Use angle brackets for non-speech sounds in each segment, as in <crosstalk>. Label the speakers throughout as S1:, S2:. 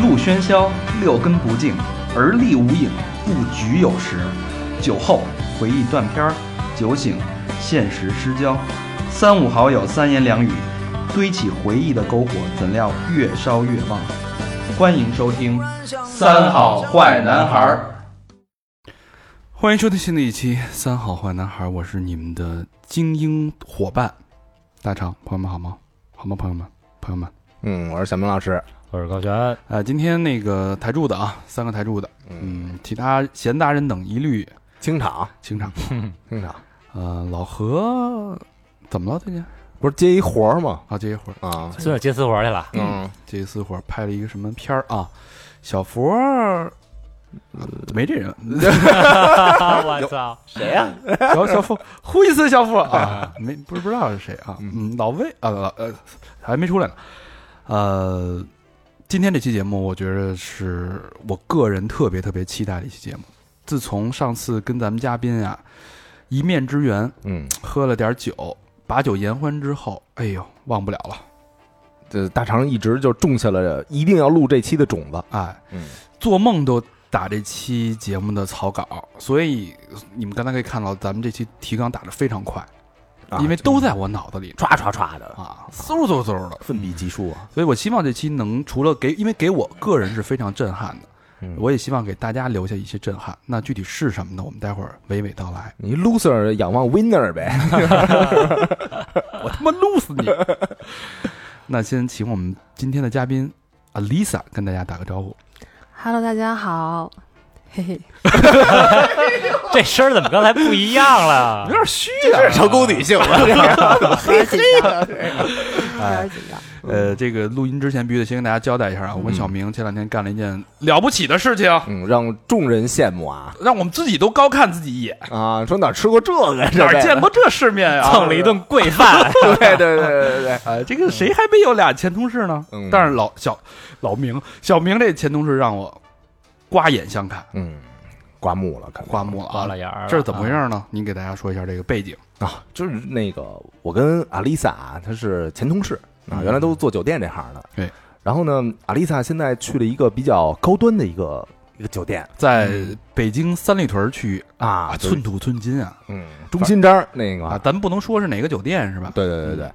S1: 不喧嚣，六根不净，而立无影，不局有时。酒后回忆断片儿，酒醒现实失焦。三五好友三言两语，堆起回忆的篝火，怎料越烧越旺。欢迎收听《三好坏男孩》。
S2: 欢迎收听新的一期《三好坏男孩》，我是你们的精英伙伴大长，朋友们好吗？好吗，朋友们，朋友们，
S3: 嗯，我是小明老师。
S4: 我是高璇，
S2: 呃，今天那个台柱的啊，三个台柱的，嗯，其他闲杂人等一律
S3: 清场，
S2: 清场。
S3: 清场，
S2: 呃，老何怎么了？最近
S3: 不是接一活儿吗？
S2: 啊，接一会儿，
S3: 啊，
S4: 孙友接私活
S2: <laughs>
S4: 去了，
S3: 嗯，
S2: 接一私活，拍了一个什么片儿啊？小佛儿。没这人，
S4: 我操，
S2: 小小佛，呼一次小佛啊，没不是不知道是谁啊，嗯，老魏啊，老呃还没出来呢，呃，今天这期节目我觉得是我个人特别特别期待的一期节目。自从上次跟咱们嘉宾啊一面之缘
S3: 嗯，
S2: 喝了点酒，把酒言欢之后，哎呦忘不了了，
S3: 这大肠一直就种下了一定要录这期的种子。
S2: 哎，
S3: 嗯
S2: 做梦都打这期节目的草稿，所以你们刚才可以看到咱们这期提纲打得非常快，
S3: 啊
S2: 因为都在我脑子里
S3: 唰唰唰的，
S2: 啊，嗖嗖嗖的。
S3: 奋笔疾书啊。
S2: 所以我希望这期能除了给，因为给我个人是非常震撼的，
S3: 嗯
S2: 我也希望给大家留下一些震撼。那具体是什么呢？我们待会儿娓娓道
S3: <laughs>
S2: 来。
S3: 你 loser 仰望 winner 呗。
S2: 我他妈撸死你！那先请我们今天的嘉宾啊，Lisa 跟大家打个招呼。
S5: Hello，大家好，嘿嘿，
S4: 这声儿怎么刚才不一样
S2: <laughs>
S4: 了？
S2: 点虚
S3: <laughs> 这是成功女性啊了。
S5: 有 <laughs> 点紧张，有点紧张。
S2: 呃，这个录音之前必须得先跟大家交代一下啊，我跟小明前两天干了一件了不起的事情，
S3: <laughs> 嗯，让众人羡慕啊
S2: 让我们自己都高看自己一眼，
S3: 啊！说哪儿吃过这个？
S2: 哪
S3: 这
S2: 儿
S3: 辈子
S2: 见？过这世面啊？
S4: 蹭了一顿贵
S2: <laughs>
S4: 饭，
S3: 对 <laughs> 对对对对对。
S2: 呃，这个谁还没有俩前同事呢？
S3: 嗯
S2: 但是老小老明小明这前同事让我刮眼相看，
S3: 嗯，刮目了，可能
S2: 刮目了啊！嗯
S4: 花了眼儿了，
S2: 这是怎么回事呢？你给大家说一下这个背景。
S3: 啊，就是那个我跟阿丽萨啊，她是前同事啊，
S2: 嗯
S3: 原来都是做酒店这行的。
S2: 对，
S3: 然后呢，阿丽萨现在去了一个比较高端的一个一个酒店
S2: 在北京三里屯区
S3: 啊
S2: 啊，，
S3: 就
S2: 寸土寸金啊
S3: 嗯，中心章儿那个
S2: 啊，，嗯咱不能说是哪个酒店是吧？
S3: 对对对对。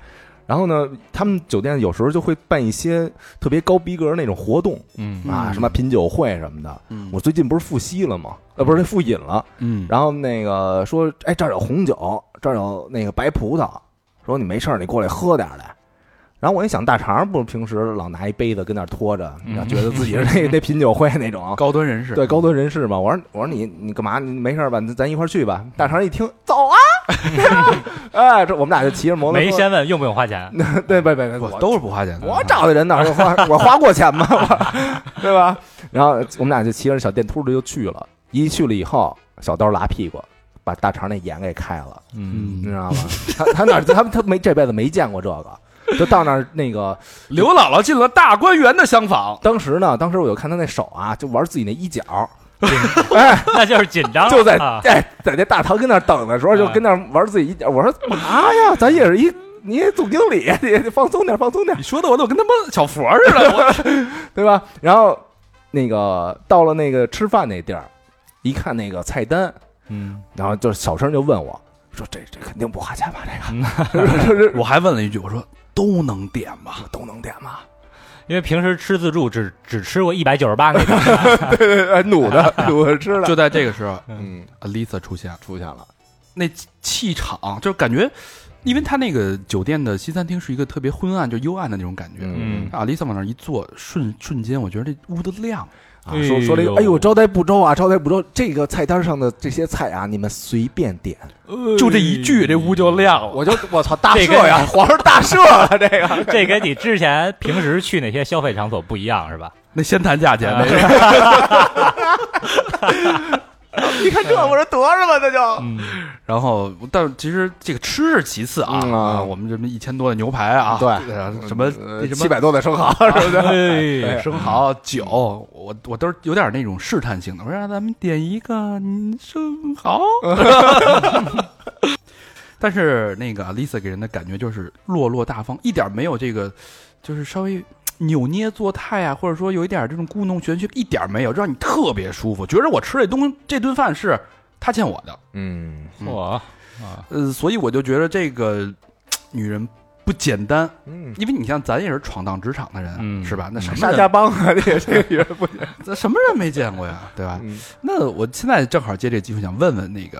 S3: 然后呢，他们酒店有时候就会办一些特别高逼格的那种活动
S4: 嗯
S3: 啊，
S2: 嗯
S3: 什么品酒会什么的。
S2: 嗯
S3: 我最近不是复吸了吗？呃，不是复饮了。
S2: 嗯，
S3: 然后那个说，哎，这儿有红酒，这儿有那个白葡萄，说你没事儿你过来喝点儿来。然后我一想，大肠不是平时老拿一杯子跟那儿拖着，然后觉得自己是 <laughs> 那那品酒会那种
S2: 高端人士
S3: 嗯对高端人士嘛。我说我说你你干嘛？你没事儿吧？咱咱一块儿去吧。大肠一听，走啊！ <laughs> 哎，这我们俩就骑着摩托车，
S4: 没先问用不用花钱，
S3: <laughs> 对，别别别，
S2: 我
S3: 我
S2: 都是不花钱的。啊
S3: 我找的人哪儿花？我花过钱吗？我对吧？然后我们俩就骑着小电秃子就去了，一去了以后，小刀拉屁股，把大肠那眼给开了，你知
S2: 嗯，
S3: 道吗？他他哪他他没这辈子没见过这个，就到那儿那个，
S2: 刘姥姥进了大观园的厢房，
S3: 当时呢，当时我就看他那手啊，就玩自己那衣角，
S4: 那就是紧张了，
S3: 就在
S4: 啊
S3: 哎在那大堂跟那儿等的时候，就跟那儿玩自己衣角。我说嘛呀，咱也是一。你也总经理，啊你你放松点，放松点
S2: 你，说的我都跟他妈小佛似的。 <laughs> 我
S3: 对吧？然后那个到了那个吃饭那地儿，一看那个菜单，
S4: 嗯，
S3: 然后就小声就问我说：“这这肯定不花钱吧？这个是是是
S2: 我还问了一句，我说都能点吧？
S3: 都能点吗
S4: 因为平时吃自助只只吃过一百九十八那个，？”
S3: 哎，努的努着吃的，
S2: 就在这个时候
S3: 嗯，
S2: ，Lisa 出现了。
S3: 出现了，
S2: 那气场，就感觉，因为他那个酒店的西餐厅是一个特别昏暗、就幽暗的那种感觉。
S4: 嗯
S2: 啊，丽萨往那儿一坐，瞬瞬间，我觉得这屋子亮了。
S3: 啊，说说了一个，哎
S4: 哎
S3: 呦，
S4: 呦
S3: 招待不周啊，招待不周，这个菜单上的这些菜啊，你们随便点，
S2: <laughs> 就这一句，这屋就
S4: 哎
S2: 亮了。
S3: 我就我操，大
S4: 这
S3: 赦
S4: 个
S3: 呀，皇上大赦 <laughs> 啊，这个
S4: 这跟你之前平时去那些消费场所不一样是吧？
S2: 那先谈价钱，
S4: 啊
S2: 那个
S3: 一看这，我说得着吧，那就
S4: 嗯，
S2: 然后，但其实这个吃是其次啊。
S3: 嗯啊
S2: 我们这么一千多的牛排啊，
S3: 对嗯
S2: 啊什么那什
S3: 七
S2: 么
S3: 百多的生蚝是不是？
S4: 哎，
S2: 生蚝酒，我我都是有点那种试探性的。我说让咱们点一个嗯生蚝，但是那个 Lisa 给人的感觉就是落落大方，一点没有这个，就是稍微扭捏作态啊，或者说有一点这种故弄玄虚，一点没有，让你特别舒服，觉得我吃这东这顿饭是他欠我的，
S3: 嗯
S4: 我
S2: 呃，所以我就觉得这个嘖女人不简单，
S3: 嗯，
S2: 因为你像咱也是闯荡职场的人，
S4: 嗯
S2: 是吧？那什么
S3: 沙
S2: 人
S3: 家，浜啊，这个这个女人不行，
S2: 咱什么人没见过呀，对吧？
S3: 嗯
S2: 那我现在正好借这机会想问问那个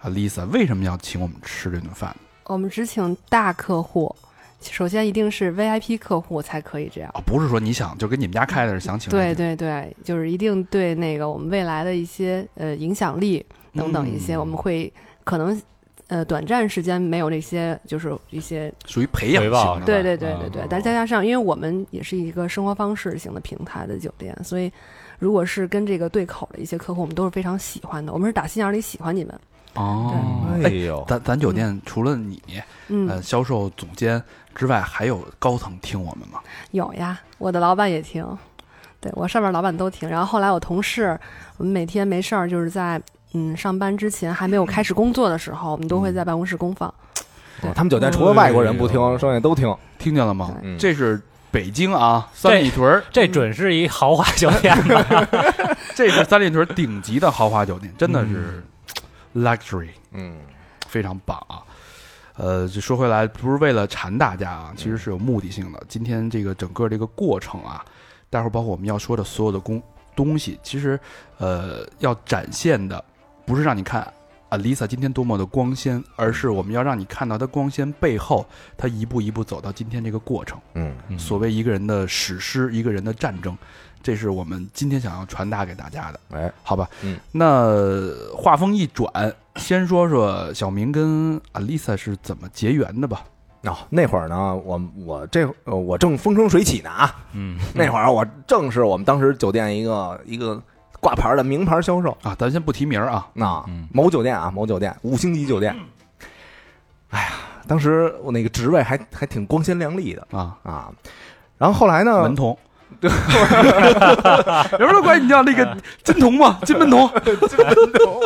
S2: 啊，Lisa 为什么要请我们吃这顿饭？
S5: 我们只请大客户，首先一定是 VIP 客户才可以这样。
S2: 啊，不是说你想就跟你们家开的是想请
S5: 对
S2: 人
S5: 对对，就是一定对那个我们未来的一些呃影响力等等一些，
S2: 嗯
S5: 我们会可能呃短暂时间没有那些就是一些
S2: 属于培养
S4: 回
S2: 型
S4: 报
S2: 的吧，
S5: 对对对对
S2: 啊
S5: 对，但再加上因为我们也是一个生活方式型的平台的酒店，所以如果是跟这个对口的一些客户，我们都是非常喜欢的，我们是打心眼里喜欢你们。
S2: 哦，
S3: 哎
S2: 哎，
S3: 呦，
S2: 咱咱酒店除了你呃
S5: 嗯，
S2: 销售总监之外，还有高层听我们吗？
S5: 有呀，我的老板也听，对我上面老板都听，然后后来我同事，我们每天没事儿就是在嗯上班之前还没有开始工作的时候，我们都会在办公室公放。对
S3: 哦他们酒店除了外国人不听，剩下都听，
S2: 听见了吗？
S5: 对
S3: 嗯
S2: 这是北京啊，三里屯儿，
S4: 这准是一豪华酒店啊吧？
S2: <laughs> 这是三里屯顶级的豪华酒店，真的是 luxury，
S3: 嗯
S2: 非常棒啊。呃，就说回来，不是为了馋大家啊，其实是有目的性的。今天这个整个这个过程啊，待会儿包括我们要说的所有的工东西，其实呃要展现的不是让你看啊 Lisa 今天多么的光鲜，而是我们要让你看到她光鲜背后，她一步一步走到今天这个过程。
S3: 嗯，
S2: 所谓一个人的史诗，一个人的战争，这是我们今天想要传达给大家的，
S3: 哎，
S2: 好吧？
S3: 嗯，
S2: 那话锋一转，先说说小明跟 Alisa 是怎么结缘的吧。
S3: 哦，那会儿呢，我我这呃我正风生水起呢啊，
S4: 嗯，
S3: 那会儿我正是我们当时酒店一个一个挂牌的名牌销售，
S2: 啊，咱先不提名儿啊，
S3: 那
S4: 嗯
S3: 某酒店啊，某酒店五星级酒店，哎呀，当时我那个职位还还挺光鲜亮丽的
S2: 啊，
S3: 啊，然后后来呢
S2: 门，童。有人都管你叫那个金童吗？金门童，金 <laughs> 门童，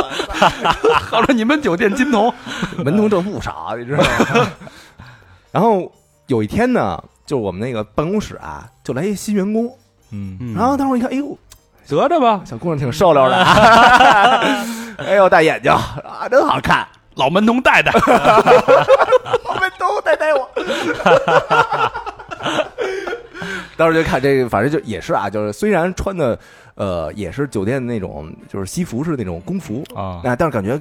S2: 好了，你们酒店金童，
S3: <laughs> 门童挣不少，你知道吗？然后有一天呢，就我们那个办公室啊，就来一新员工，
S4: 嗯，
S3: 然后当时我一看，哎呦，
S2: 得着吧，
S3: 小姑娘挺瘦溜的啊， <laughs> 哎呦，大眼睛啊，真好看，
S2: 老门童带带，
S3: 我们都带带我。当时就看这个，反正就也是啊，就是虽然穿的呃也是酒店那种就是西服式那种工服
S4: 啊，
S3: 啊，但是感觉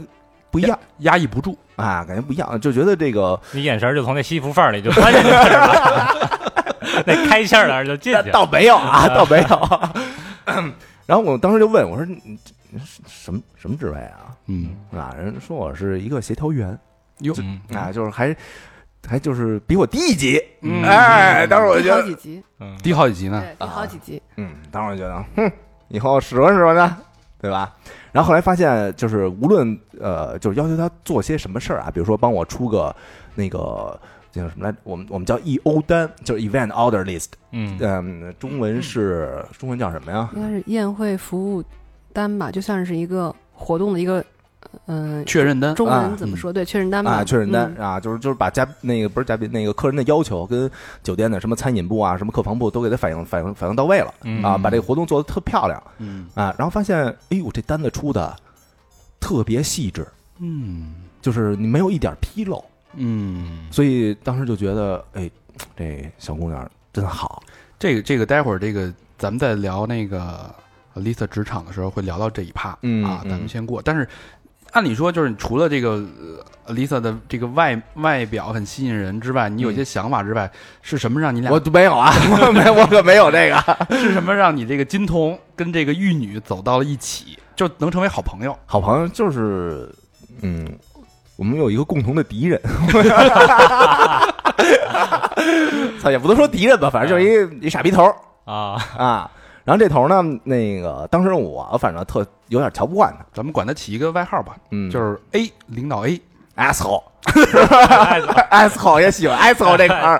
S3: 不一样
S2: 压抑不住，
S3: 啊，感觉不一样，就觉得这个
S4: 你眼神儿就从那西服缝儿里就穿进去了， <laughs> 那开线儿哪儿就进去了，
S3: 倒没有 <laughs> 啊，倒没有。然后我当时就问我说：“你这你是什么什么职位啊
S2: 嗯，？”
S3: 啊，人说我是一个协调员
S2: 哟，
S4: 嗯
S3: 啊，就是还还就是比我低一级。
S2: 嗯
S3: 哎，当时我就
S5: 第
S3: 觉
S5: 好
S3: 得
S5: 几集，
S4: 嗯
S2: 低好几级呢，
S5: 对，第好几集，
S3: 嗯，当时我觉得，哼，以后使唤使唤他，对吧？然后后来发现，就是无论呃，就是要求他做些什么事儿啊，比如说帮我出个那个叫什么来，我们我们叫 E O 单，就是 Event Order List，
S4: 嗯
S3: 嗯，中文是中文叫什么呀？
S5: 应该是宴会服务单吧，就算是一个活动的一个嗯、
S2: 确认单，
S5: 中
S3: 啊
S5: 文怎么说？对，确认单吧，
S3: 啊，确认单
S5: 嗯
S3: 啊，就是就是把嘉那个不是嘉宾那个客人的要求跟酒店的什么餐饮部啊、什么客房部都给他反映反映反映到位了
S4: 嗯
S3: 啊，把这个活动做得特漂亮
S2: 嗯
S3: 啊，然后发现哎呦这单子出的特别细致，
S2: 嗯。
S3: 就是你没有一点纰漏，
S2: 嗯，
S3: 所以当时就觉得哎这小姑娘真好，
S2: 这个这个，待会儿这个咱们在聊那个 Lisa 职场的时候会聊到这一趴、
S3: 嗯
S2: 啊，
S3: 嗯
S2: 咱们先过。但是按理说，就是你除了这个呃 Lisa 的这个外外表很吸引人之外，你有一些想法之外，是什么让你俩
S3: 嗯我没有啊， <laughs> 我没我可没有这个
S2: 是什么让你这个金童跟这个玉女走到了一起，就能成为好朋友？
S3: 好朋友就是嗯。我们有一个共同的敌人， <laughs> 操，也不能说敌人吧，反正就是一一傻逼头儿，
S4: 啊，
S3: 啊。然后这头呢，那个当时我反正特有点瞧不惯他，
S2: 咱们管他起一个外号吧，
S3: 嗯，
S2: 就是 A 领导 A，
S3: asshole，asshole 也喜欢 asshole 这块儿，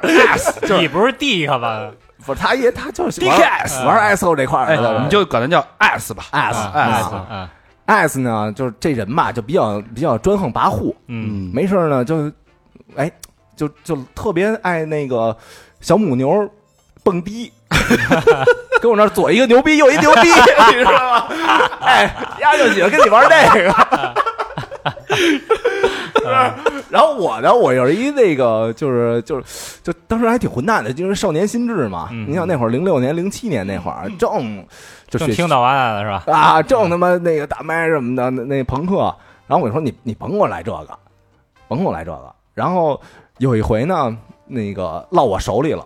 S4: 你不是第一个吧？
S3: 不是他也他就是
S4: DKS
S3: 玩玩 asshole 这块儿
S2: 哎，
S3: 的，
S2: 我们就管他叫
S3: 哎
S2: S 吧。
S4: 啊
S3: ass
S4: 啊
S3: ass
S4: 啊，
S3: ass 呢，就是这人吧，就比较比较专横跋扈，
S4: 嗯，
S3: 没事儿呢就，
S4: <laughs>
S3: 哎，就就特别爱那个小母牛蹦迪，跟我那儿左一个牛逼，右一牛逼， <laughs> 你知道吗？哎，丫就喜欢跟你玩这个。
S4: <laughs>
S3: 然后我呢，我有一那个，就是就是，就当时还挺混蛋的，就是少年心智嘛。
S4: 嗯
S3: 你想那会儿零六年、零七年那会儿，正就
S4: 正
S3: 学
S4: 听到完了是吧？
S3: 啊，正他妈那个大麦什么的，那那朋克。然后我就说你你甭给我来这个，甭给我来这个。然后有一回呢，那个落我手里了。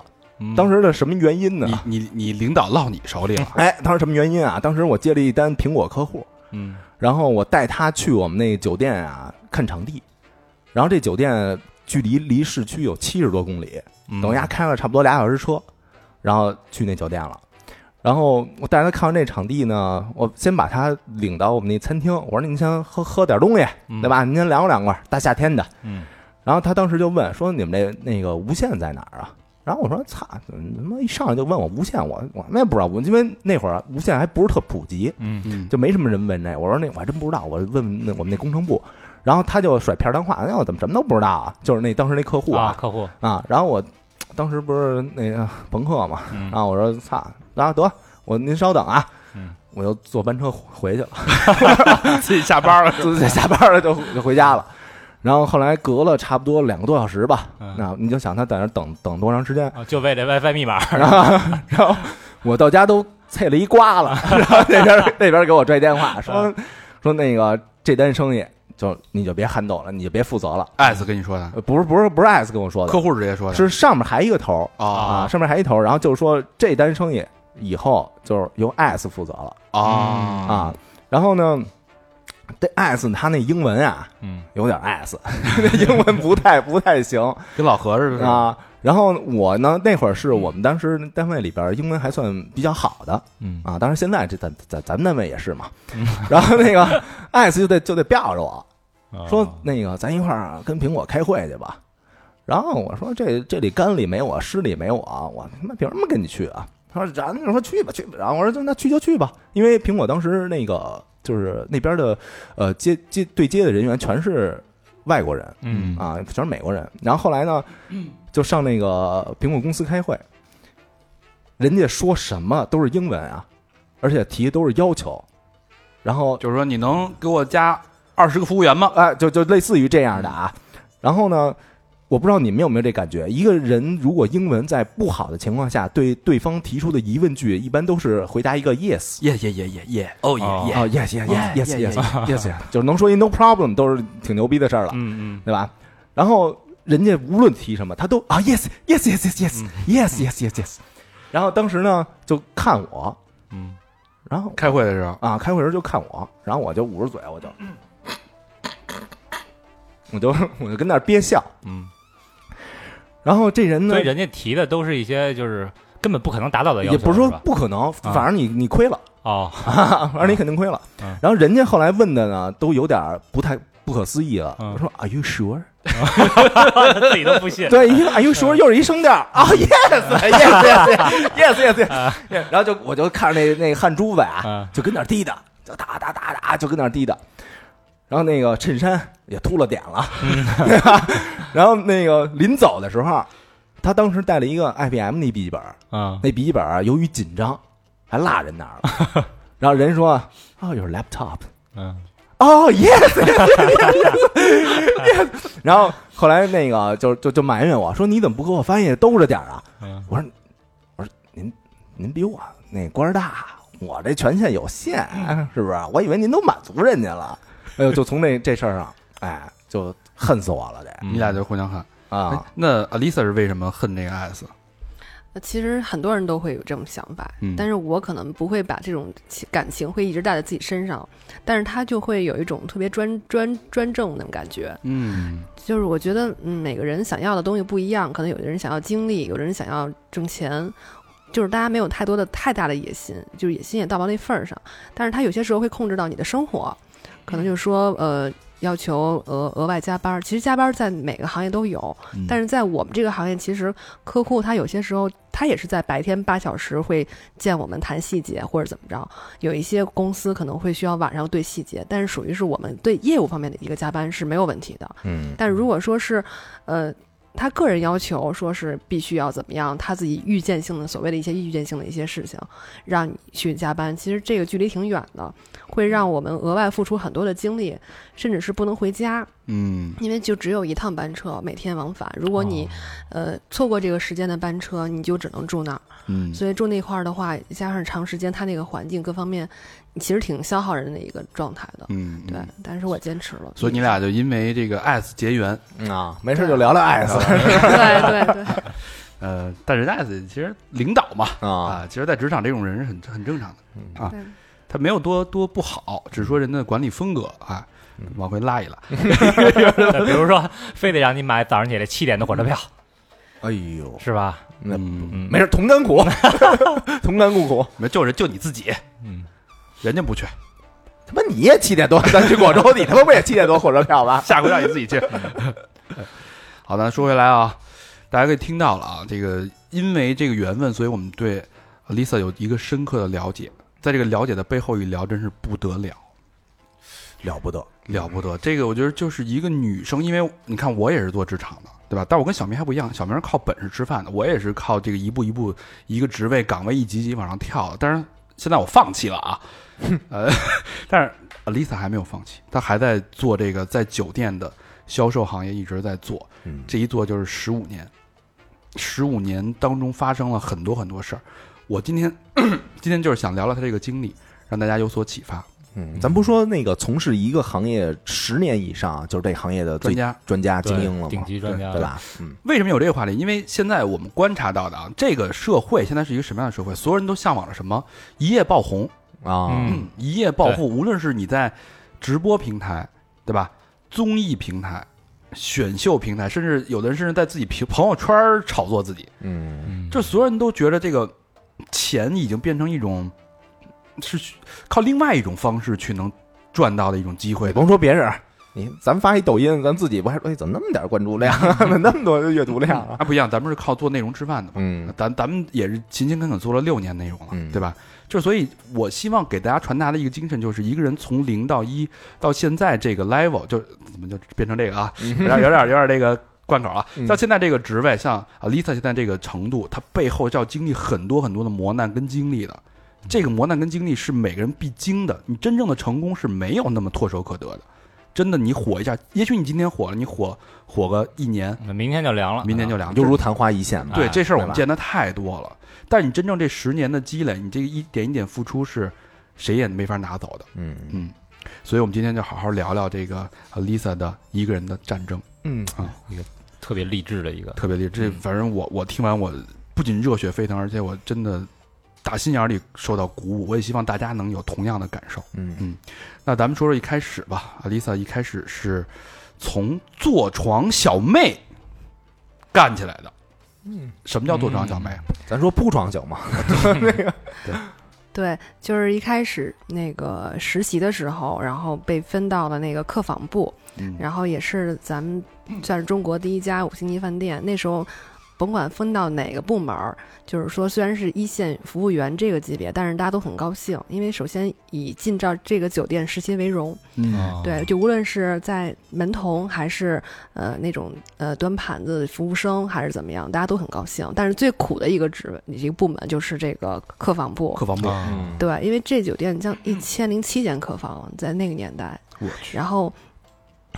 S3: 当时的什么原因呢？
S2: 你你你领导落你手里了，
S3: <laughs> 哎，当时什么原因啊？当时我接了一单苹果客户，
S2: 嗯
S3: 然后我带他去我们那酒店啊看场地，然后这酒店距离离市区有七十多公里，
S2: 嗯
S3: 等丫开了差不多俩小时车，然后去那酒店了。然后我带他看完这场地呢，我先把他领到我们那餐厅，我说您先喝喝点东西，
S2: 嗯
S3: 对吧？您先凉快凉快，大夏天的。
S4: 嗯
S3: 然后他当时就问说：“你们这那个无线在哪儿啊？”然后我说：“操，怎么他妈一上来就问我无线？我我他妈也不知道，我因为那会儿无线还不是特普及，
S4: 嗯
S2: 嗯，
S3: 就没什么人问这。我说那我还真不知道，我问问那我们那工程部。然后他就甩片儿当话，那我怎么什么都不知道啊？就是那当时那客户
S4: 啊，
S3: 啊
S4: 客户，
S3: 啊然后我当时不是那个朋克嘛，
S4: 嗯
S3: 然后我说操，然后得我您稍等啊
S4: 嗯，
S3: 我又坐班车回去了，
S2: 嗯自己
S3: <laughs>
S2: 下班了，
S3: 自己下班了就就回家了。然后后来隔了差不多两个多小时吧，那你就想他在那儿等等多长时间，
S4: 啊就为这 WiFi 密码，
S3: <laughs> 然后然后我到家都啐了一瓜了， <laughs> 然后那边那边给我拽电话说说那个这单生意就你就别憨豆了，你就别负责了，
S2: 艾斯跟你说
S3: <laughs>
S2: 的，
S3: 呃不是不是不是 S 跟我说的，
S2: 客户直接说的，
S3: 是上面还一个头
S2: 啊
S3: 啊，上面还一头，然后就是说这单生意以后就是由 S 负责了
S2: 啊
S3: 啊，然后呢，这 S 他那英文啊
S4: 嗯
S3: 有点 S，那 <laughs> 英文不太不太行，
S2: 跟老何似的，
S3: 啊。然后我呢，那会儿是我们当时单位里边英文还算比较好的
S4: 嗯
S3: 啊，当然现在这咱咱咱们单位也是嘛。 <laughs> 然后那个艾斯就得就得吊着我说，那个咱一块儿跟苹果开会去吧。然后我说这这里干里没我，湿里没我，我他妈凭什么跟你去啊？他说咱就说去吧去吧。然后我说就那去就去吧，因为苹果当时那个就是那边的呃接接对接的人员全是外国人，
S4: 嗯
S3: 啊，全是美国人。然后后来呢，就上那个苹果公司开会，人家说什么都是英文啊，而且提的都是要求，然后
S2: 就是说你能给我加二十个服务员吗？
S3: 哎，就就类似于这样的啊。然后呢，我不知道你们有没有这感觉，一个人如果英文在不好的情况下，对对方提出的疑问句，一般都是回答一个 yes。
S2: 耶耶耶耶耶，哦耶
S4: 哦
S2: 耶，
S3: 啊、yes yes yes
S2: Yeah,
S3: yes
S2: yeah,
S3: yes yes <laughs> yes，就是能说一 no problem 都是挺牛逼的事儿了。
S4: 嗯
S3: 对吧？然后人家无论提什么，他都啊 yes yes yes yes yes yes yes yes yes。然后当时呢就看我，
S4: 嗯
S3: 然后
S2: 开会的时候，
S3: 啊开会时候就看我，然后我就捂着嘴，我就，我就我就跟那儿憋笑。
S4: 嗯
S3: 然后这人
S4: 嗯，
S3: 呢
S4: 所以人家提的都是一些就是根本不可能达到的要
S3: 也
S4: 求，
S3: 不是说
S4: 吧啊
S3: 不可能，反正你你亏了，啊
S4: 哦，
S3: 反正你肯定亏了
S4: 嗯。
S3: 然后人家后来问的呢，都有点儿不太不可思议了。
S4: 嗯
S3: 我说 Are you sure？
S4: 自己都不信，
S3: 对，一个 Are you sure 又是一声调儿啊，yes，yes，yes，yes，yes，然
S4: 啊
S3: 后就我就看着那那个汗珠子啊
S4: 嗯，
S3: 就跟那儿滴答，就哒哒哒哒，就跟那儿滴答。然后那个衬衫也秃了点了，对吧？ <laughs> 然后那个临走的时候，他当时带了一个 IBM 那笔记本，
S4: 嗯
S3: 那笔记本啊由于紧张还落人那儿了。然后人说：“哦、有 laptop。”
S4: 嗯
S3: 哦、yes, yes, yes, yes, yes. 然后后来那个就就就埋怨我说你怎么不给我翻译兜着点儿啊？
S4: 嗯
S3: 我说我说您您比我那官儿大，我这权限有限，是不是？我以为您都满足人家 <laughs> 了。哎呦，就从那这事儿上，哎，就恨死我了得
S2: 你俩就互相恨
S5: 哎
S3: 啊！。
S2: 那 Alisa 是为什么恨这个艾斯？
S5: 那其实很多人都会有这种想法，
S2: 嗯
S5: 但是我可能不会把这种情感情会一直带在自己身上，但是他就会有一种特别专专专政那种感觉。
S2: 嗯
S5: 就是我觉得，嗯，每个人想要的东西不一样，可能有的人想要精力，有的人想要挣钱，就是大家没有太多的太大的野心，就是野心也到不到那份儿上。但是他有些时候会控制到你的生活，可能就是说，呃，要求额额外加班儿。其实加班儿在每个行业都有，
S3: 嗯
S5: 但是在我们这个行业，其实客户他有些时候他也是在白天八小时会见我们谈细节或者怎么着，有一些公司可能会需要晚上对细节，但是属于是我们对业务方面的一个加班是没有问题的。
S3: 嗯
S5: 但如果说是，呃，他个人要求说是必须要怎么样，他自己预见性的所谓的一些预见性的一些事情，让你去加班。其实这个距离挺远的，会让我们额外付出很多的精力，甚至是不能回家，
S2: 嗯，
S5: 因为就只有一趟班车，每天往返。如果
S2: 哦
S5: 你、呃错过这个时间的班车，你就只能住那儿。
S2: 嗯
S5: 所以住那块儿的话，加上长时间，它那个环境各方面，其实挺消耗人的一个状态的。
S2: 嗯，
S5: 对，但是我坚持了。
S2: 所以你俩就因为这个爱结缘，
S3: 嗯啊，没事就聊聊艾斯
S5: 对对对，
S2: <laughs> 呃，但人家其实领导嘛，
S3: 啊，
S2: 啊，其实，在职场这种人是很很正常的，啊
S5: 对，
S2: 他没有多多不好，只是说人的管理风格啊，往回拉一拉，
S4: 对比如说，非得让你买早上起来七点的火车票，
S3: 哎呦，
S4: 是吧？
S3: 那
S2: 嗯，
S4: 嗯，
S3: 没事，同甘 <laughs> 苦，同甘共苦。
S2: 没就是就你自己，
S4: 嗯，
S2: 人家不去，
S3: 他妈你也七点多，咱去广州，你他妈不也七点多火车票吧？
S2: <laughs> 下回让你自己去。好的，说回来啊，大家可以听到了啊，这个因为这个缘分，所以我们对 Lisa 有一个深刻的了解，在这个了解的背后一聊，真是不得了。
S3: 了不得，
S2: 了不
S3: 嗯
S2: 得，这个我觉得就是一个女生，因为你看我也是做职场的，对吧？但我跟小明还不一样，小明是靠本事吃饭的，我也是靠这个一步一步一个职位岗位一级级往上跳的。但是现在我放弃了
S3: <laughs>
S2: 啊，呃，但是 Lisa 还没有放弃，她还在做这个在酒店的销售行业一直在做，
S3: 嗯
S2: 这一做就是十五年，十五年当中发生了很多很多事儿。我今天 <coughs> 今天就是想聊聊她这个经历，让大家有所启发。
S3: 嗯，咱不说那个从事一个行业十年以上，就是这行业的最
S2: 专家
S3: 专家精英了
S4: 对顶
S3: 嘛，
S4: 级啊专家
S3: 对？吧？嗯，
S2: 为什么有这个话题？因为现在我们观察到的啊，这个社会现在是一个什么样的社会？所有人都向往着什么？一夜爆红，
S3: 啊，
S4: 嗯，
S2: 一夜暴富。无论是你在直播平台，对吧？综艺平台、选秀平台，甚至有的人甚至在自己朋朋友圈儿炒作自己，
S3: 嗯，
S4: 嗯
S2: 就所有人都觉得这个钱已经变成一种是靠另外一种方式去能赚到的一种机会
S3: 也。甭说别人，你咱发一抖音，咱自己不还说，哎，怎么那么点关注量，啊怎么那么多阅读量啊？
S2: 啊，不一样，咱们是靠做内容吃饭的嘛。
S3: 嗯
S2: 咱咱们也是勤勤恳恳做了六年内容了，
S3: 嗯
S2: 对吧？就是所以，我希望给大家传达的一个精神，就是一个人从零到一到现在这个 level，就怎么就变成这个啊，有点有点有点这个贯口了
S3: 嗯。
S2: 到现在这个职位，像啊 Lisa 现在这个程度，她背后是要经历很多很多的磨难跟经历的。
S3: 嗯
S2: 这个磨难跟经历是每个人必经的，你真正的成功是没有那么唾手可得的。真的，你火一下，也许你今天火了，你火火个一年，
S4: 那明天就凉了，啊
S2: 明天就凉了，
S3: 犹如昙花一现嘛。
S2: 对
S4: 哎
S2: 这事儿我
S3: 啊对吧
S2: 们见的太多了，但是你真正这十年的积累，你这个一点一点付出是谁也没法拿走的。
S3: 嗯
S2: 嗯，所以我们今天就好好聊聊这个呃 Lisa 的一个人的战争，
S3: 嗯，
S4: 特别励志的一个，
S2: 特别厉害。这
S4: 嗯
S2: 反正我我听完我不仅热血沸腾，而且我真的打心眼里受到鼓舞。我也希望大家能有同样的感受。
S3: 嗯
S2: 那咱们说说一开始吧，啊，Lisa 一开始是从坐床小妹干起来的。嗯，什么叫坐床小妹？啊
S3: 咱说铺床行吗？
S5: 对，就是一开始那个实习的时候，然后被分到了那个客房部，
S2: 嗯
S5: 然后也是咱们算是中国第一家五星级饭店。那时候，甭管分到哪个部门儿，就是说虽然是一线服务员这个级别，但是大家都很高兴，因为首先以进到这个酒店实习为荣。
S2: 嗯
S4: 哦
S5: 对，，就无论是在门童还是呃那种呃端盘子服务生还是怎么样，大家都很高兴。但是最苦的一个职位，一个部门就是这个客房部。
S2: 客房部。
S4: 嗯
S5: 对，因为这酒店将一千零七间客房，在那个年代，
S2: 我去，
S5: 然后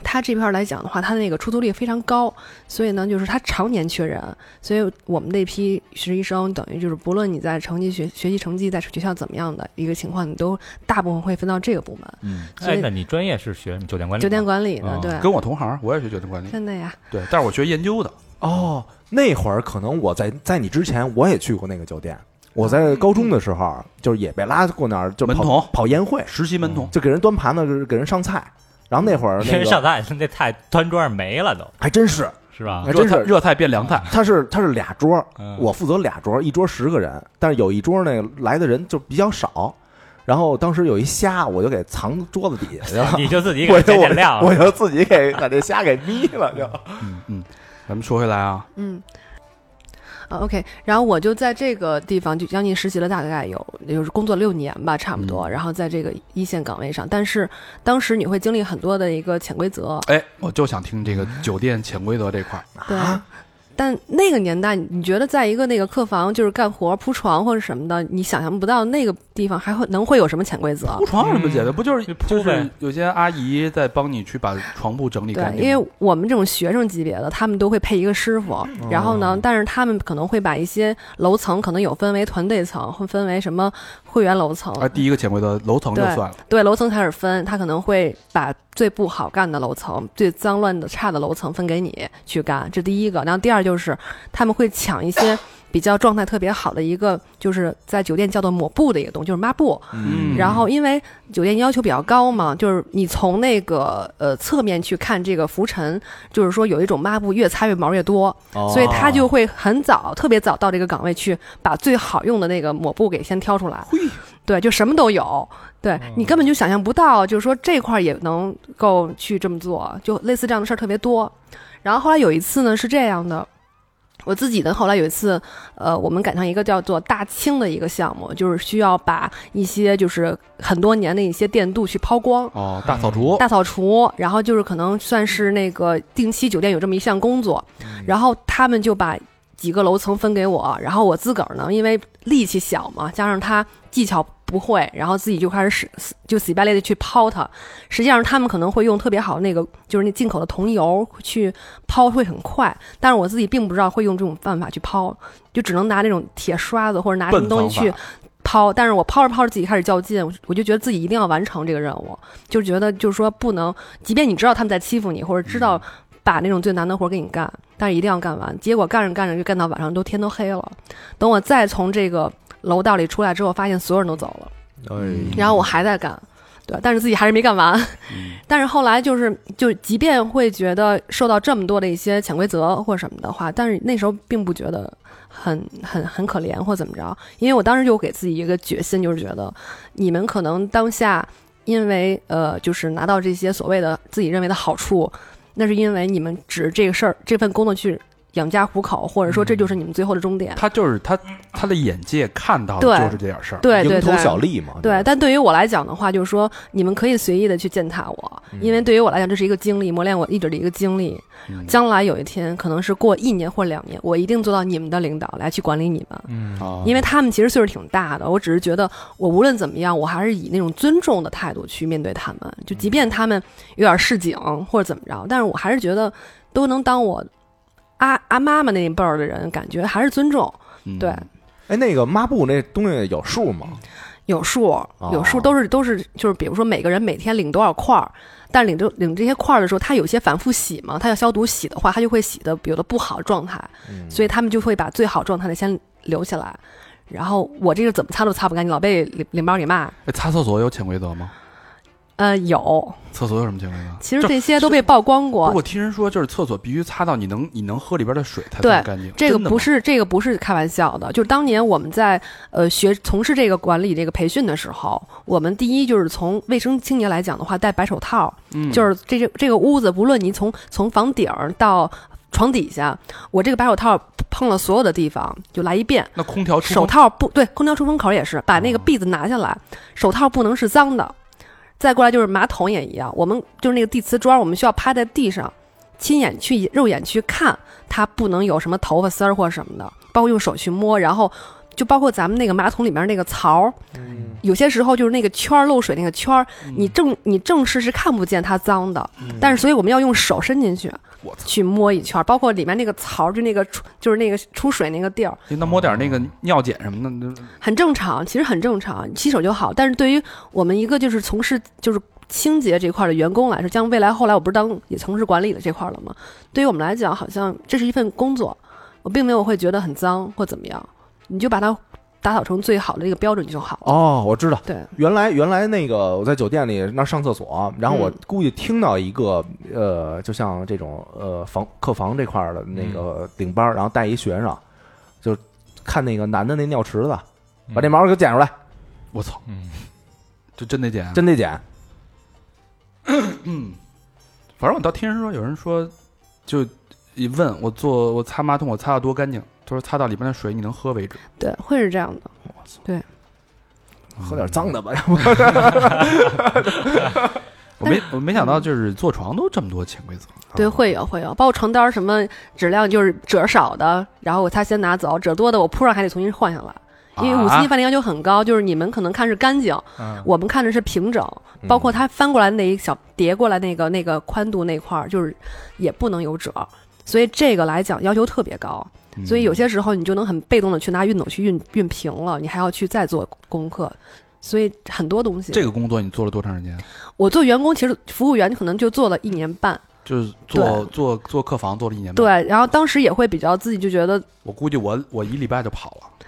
S5: 它这片儿来讲的话，它的那个出租率非常高，所以呢，就是它常年缺人，所以我们那批实习生等于就是不论你在成绩学学习成绩在学校怎么样的一个情况，你都大部分会分到这个部门，
S2: 嗯，
S5: 所
S4: 哎，
S5: 以
S4: 那你专业是学什么酒店管理吗？
S5: 酒店管理
S4: 哦
S5: 呢，对，
S2: 啊跟我同行，我也学酒店管理，
S5: 真的呀，
S2: 对，但是我学研究的，
S3: 哦，那会儿可能我在在你之前，我也去过那个酒店。我在
S4: 嗯
S3: 高中的时候，就是也被拉过那儿，就
S2: 门
S3: 跑
S2: 童
S3: 跑宴会，
S2: 实习门童，
S3: 就给人端盘子，就是给人上菜。然后那会儿
S4: 因
S3: 那
S4: 为上
S3: 个
S4: 菜那菜端桌上没了都，
S3: 还真
S4: <laughs>
S3: 是，
S4: 是吧
S2: <laughs>
S3: 哎？
S2: 热
S3: 真
S2: 菜
S3: 是嗯
S2: 热菜变凉菜，
S3: 他是他是俩桌，
S4: 嗯，
S3: 我负责俩桌，一桌十个人，但是有一桌那个来的人就比较少。然后当时有一虾，我就给藏桌子底下去了
S4: <laughs> 你就自己
S3: 我
S4: 给
S3: 就
S4: 减减量，
S3: 我就自己给把这虾给眯了，就
S2: 嗯嗯，咱们说回来啊，
S5: 嗯。啊，OK，然后我就在这个地方就将近实习了，大概有就是工作六年吧，差不多。然后在这个一线岗位上，但是当时你会经历很多的一个潜规则，
S3: 嗯
S2: 哎，我就想听这个酒店潜规则这块儿，
S5: 对
S3: 啊，
S5: 但那个年代，你觉得在一个那个客房就是干活铺床或者什么的，你想象不到那个地方还会能会有什么潜规则。
S2: 铺床有什么解的？
S4: 嗯
S2: 不就是
S4: 就铺
S2: 就是
S4: 呗
S2: 有些阿姨在帮你去把床铺整理
S5: 对
S2: 干，净吗？
S5: 因为我们这种学生级别的，他们都会配一个师傅，然后呢，但是他们可能会把一些楼层可能有分为团队层，会分为什么会员楼层，
S2: 啊，第一个潜规则楼层就
S5: 对
S2: 算了，
S5: 对楼层开始分，他可能会把最不好干的楼层、最脏乱的差的楼层分给你去干，这第一个。然后第二就是他们会抢一些比较状态特别好的一个，就是在酒店叫做抹布的一个东西，就是抹布。
S3: <laughs>
S2: 嗯
S5: 然后因为酒店要求比较高嘛，就是你从那个呃侧面去看这个浮尘，就是说有一种抹布越擦越毛越多，
S3: 哦
S5: 所以他就会很早，特别早到这个岗位去把最好用的那个抹布给先挑出来。对，就什么都有。对你根本就想象不到，就是说这块儿也能够去这么做，就类似这样的事儿特别多。然后后来有一次呢是这样的，我自己的后来有一次，呃，我们赶上一个叫做大清的一个项目，就是需要把一些就是很多年的一些电镀去抛光。
S2: 哦，大扫除，
S5: 大扫除，然后就是可能算是那个定期酒店有这么一项工作，然后他们就把几个楼层分给我，然后我自个儿呢，因为力气小嘛，加上他技巧不会，然后自己就开始使死就死乞白赖的去抛它。实际上他们可能会用特别好的那个就是那进口的桐油去抛会很快，但是我自己并不知道会用这种办法去抛，就只能拿那种铁刷子或者拿什么
S2: 笨
S5: 东
S2: 方
S5: 西去
S2: 法，
S5: 抛，但是我抛着抛着自己开始较劲，我我就觉得自己一定要完成这个任务，就觉得就是说不能，即便你知道他们在欺负你，或者知
S2: 嗯
S5: 道把那种最难的活给你干，但是一定要干完。结果干着干着就干到晚上都天都黑了，等我再从这个楼道里出来之后，发现所有人都走了，然后我还在干。对，但是自己还是没干完。
S3: 嗯
S5: 但是后来就是，就即便会觉得受到这么多的一些潜规则或什么的话，但是那时候并不觉得很很很可怜或怎么着，因为我当时就给自己一个决心，就是觉得你们可能当下因为呃，就是拿到这些所谓的自己认为的好处，那是因为你们指这个事儿这份工作去养家糊口，或者说这
S3: 嗯
S5: 就是你们最后的终点。
S2: 他就是他他的眼界看到的
S5: 对
S2: 就是这点事儿，
S5: 对对
S3: 蝇头
S5: 对，
S3: 小利嘛，
S5: 对，但对于我来讲的话，就是说你们可以随意的去践踏我，因为对于我来讲，这是一个经历，磨练我意志的一个经历。
S2: 嗯
S5: 将来有一天，可能是过一年或两年，我一定做到你们的领导来去管理你们。
S4: 嗯，
S2: 啊
S5: 因为他们其实岁数挺大的，我只是觉得我无论怎么样，我还是以那种尊重的态度去面对他们，就即便他们有点市井或者怎么着，但是我还是觉得都能当我阿阿妈妈那一辈儿的人，感觉还是尊重。
S2: 嗯
S5: 对，
S3: 哎，那个抹布那东西有数吗？
S5: 有数，有数都是都是就是，比如说每个人每天领多少块儿，但领这领这些块儿的时候，他有些反复洗嘛，他要消毒洗的话，他就会洗的有的不好状态，所以他们就会把最好状态的先留下来。然后我这个怎么擦都擦不干净，老被领领包里骂。
S2: 哎擦厕所有潜规则吗？
S5: 呃，有，
S2: 厕所有什么潜规则？
S5: 其实这些都被曝光
S2: 不是
S5: 过
S2: 我。听人说，就是厕所必须擦到你能你能喝里边的水才
S5: 对
S2: 算干净，
S5: 这个
S2: 真的
S5: 不
S2: 吗
S5: 是这个不是开玩笑的，就是当年我们在呃学从事这个管理这个培训的时候，我们第一就是从卫生清洁来讲的话，戴白手套，
S2: 嗯
S5: 就是这这这个屋子，不论你从从房顶儿到床底下，我这个白手套碰了所有的地方就来一遍。
S2: 那空调
S5: 手
S2: 出风哦
S5: 套不对，空调出风口也是，把那个篦子拿下来，手套不能是脏的。再过来就是马桶也一样，我们就是那个地瓷砖，我们需要趴在地上，亲眼去肉眼去看，它不能有什么头发丝儿或什么的，包括用手去摸，然后就包括咱们那个马桶里面那个槽儿，
S2: 嗯
S5: 有些时候就是那个圈儿漏水那个圈儿，你正你正视是看不见它脏的，但是所以我们要用手伸进去
S2: 嗯我操，
S5: 去摸一圈儿，包括里面那个槽儿，就那个出就是那个出水那个地儿，
S2: 那抹点那个尿碱什么的，那
S5: 很正常，其实很正常，洗手就好。但是对于我们一个就是从事就是清洁这块儿的员工来说，像未来后来我不是当也从事管理的这块儿了吗？对于我们来讲，好像这是一份工作，我并没有会觉得很脏或怎么样，你就把它打扫成最好的一个标准就好了。
S3: 哦，我知道，
S5: 对，
S3: 原来原来那个我在酒店里那儿上厕所，然后我
S5: 嗯
S3: 估计听到一个呃，就像这种呃房客房这块儿的那
S5: 嗯
S3: 个领班儿，然后带一学生，就看那个男的那尿池子，把这毛给剪出来，
S2: 我操，
S4: 嗯
S2: 就真得啊捡。
S3: 真得剪。
S2: 嗯，反正我倒听人说，有人说，就一问我做我擦马桶，我擦的多干净，他说擦到里边的水你能喝为止。
S5: 对，会是这样的。
S3: 喝点脏的吧，要不
S2: 我没我没想
S5: 嗯
S2: 到，就是坐床都这么多潜规则。
S5: 对，会有会有，包括床单儿什么质量就是褶儿少的，然后我他先拿走，褶多的我铺上还得重新换上来。因为五星级
S2: 啊
S5: 饭店要求很高，就是你们可能看是干净，
S4: 嗯
S5: 我们看的是平整，
S2: 嗯
S5: 包括它翻过来那一小叠过来那个那个宽度那块儿，就是也不能有褶，所以这个来讲要求特别高。
S2: 嗯
S5: 所以有些时候你就能很被动的去拿熨斗去熨熨平了，你还要去再做功课，所以很多东西。
S2: 这个工作你做了多长时间？
S5: 我做员工，其实服务员可能就做了一年半，
S2: 就是做做做客房做了一年半。，
S5: 对，然后当时也会比较自己就觉得，
S2: 我估计我我一礼拜就跑了。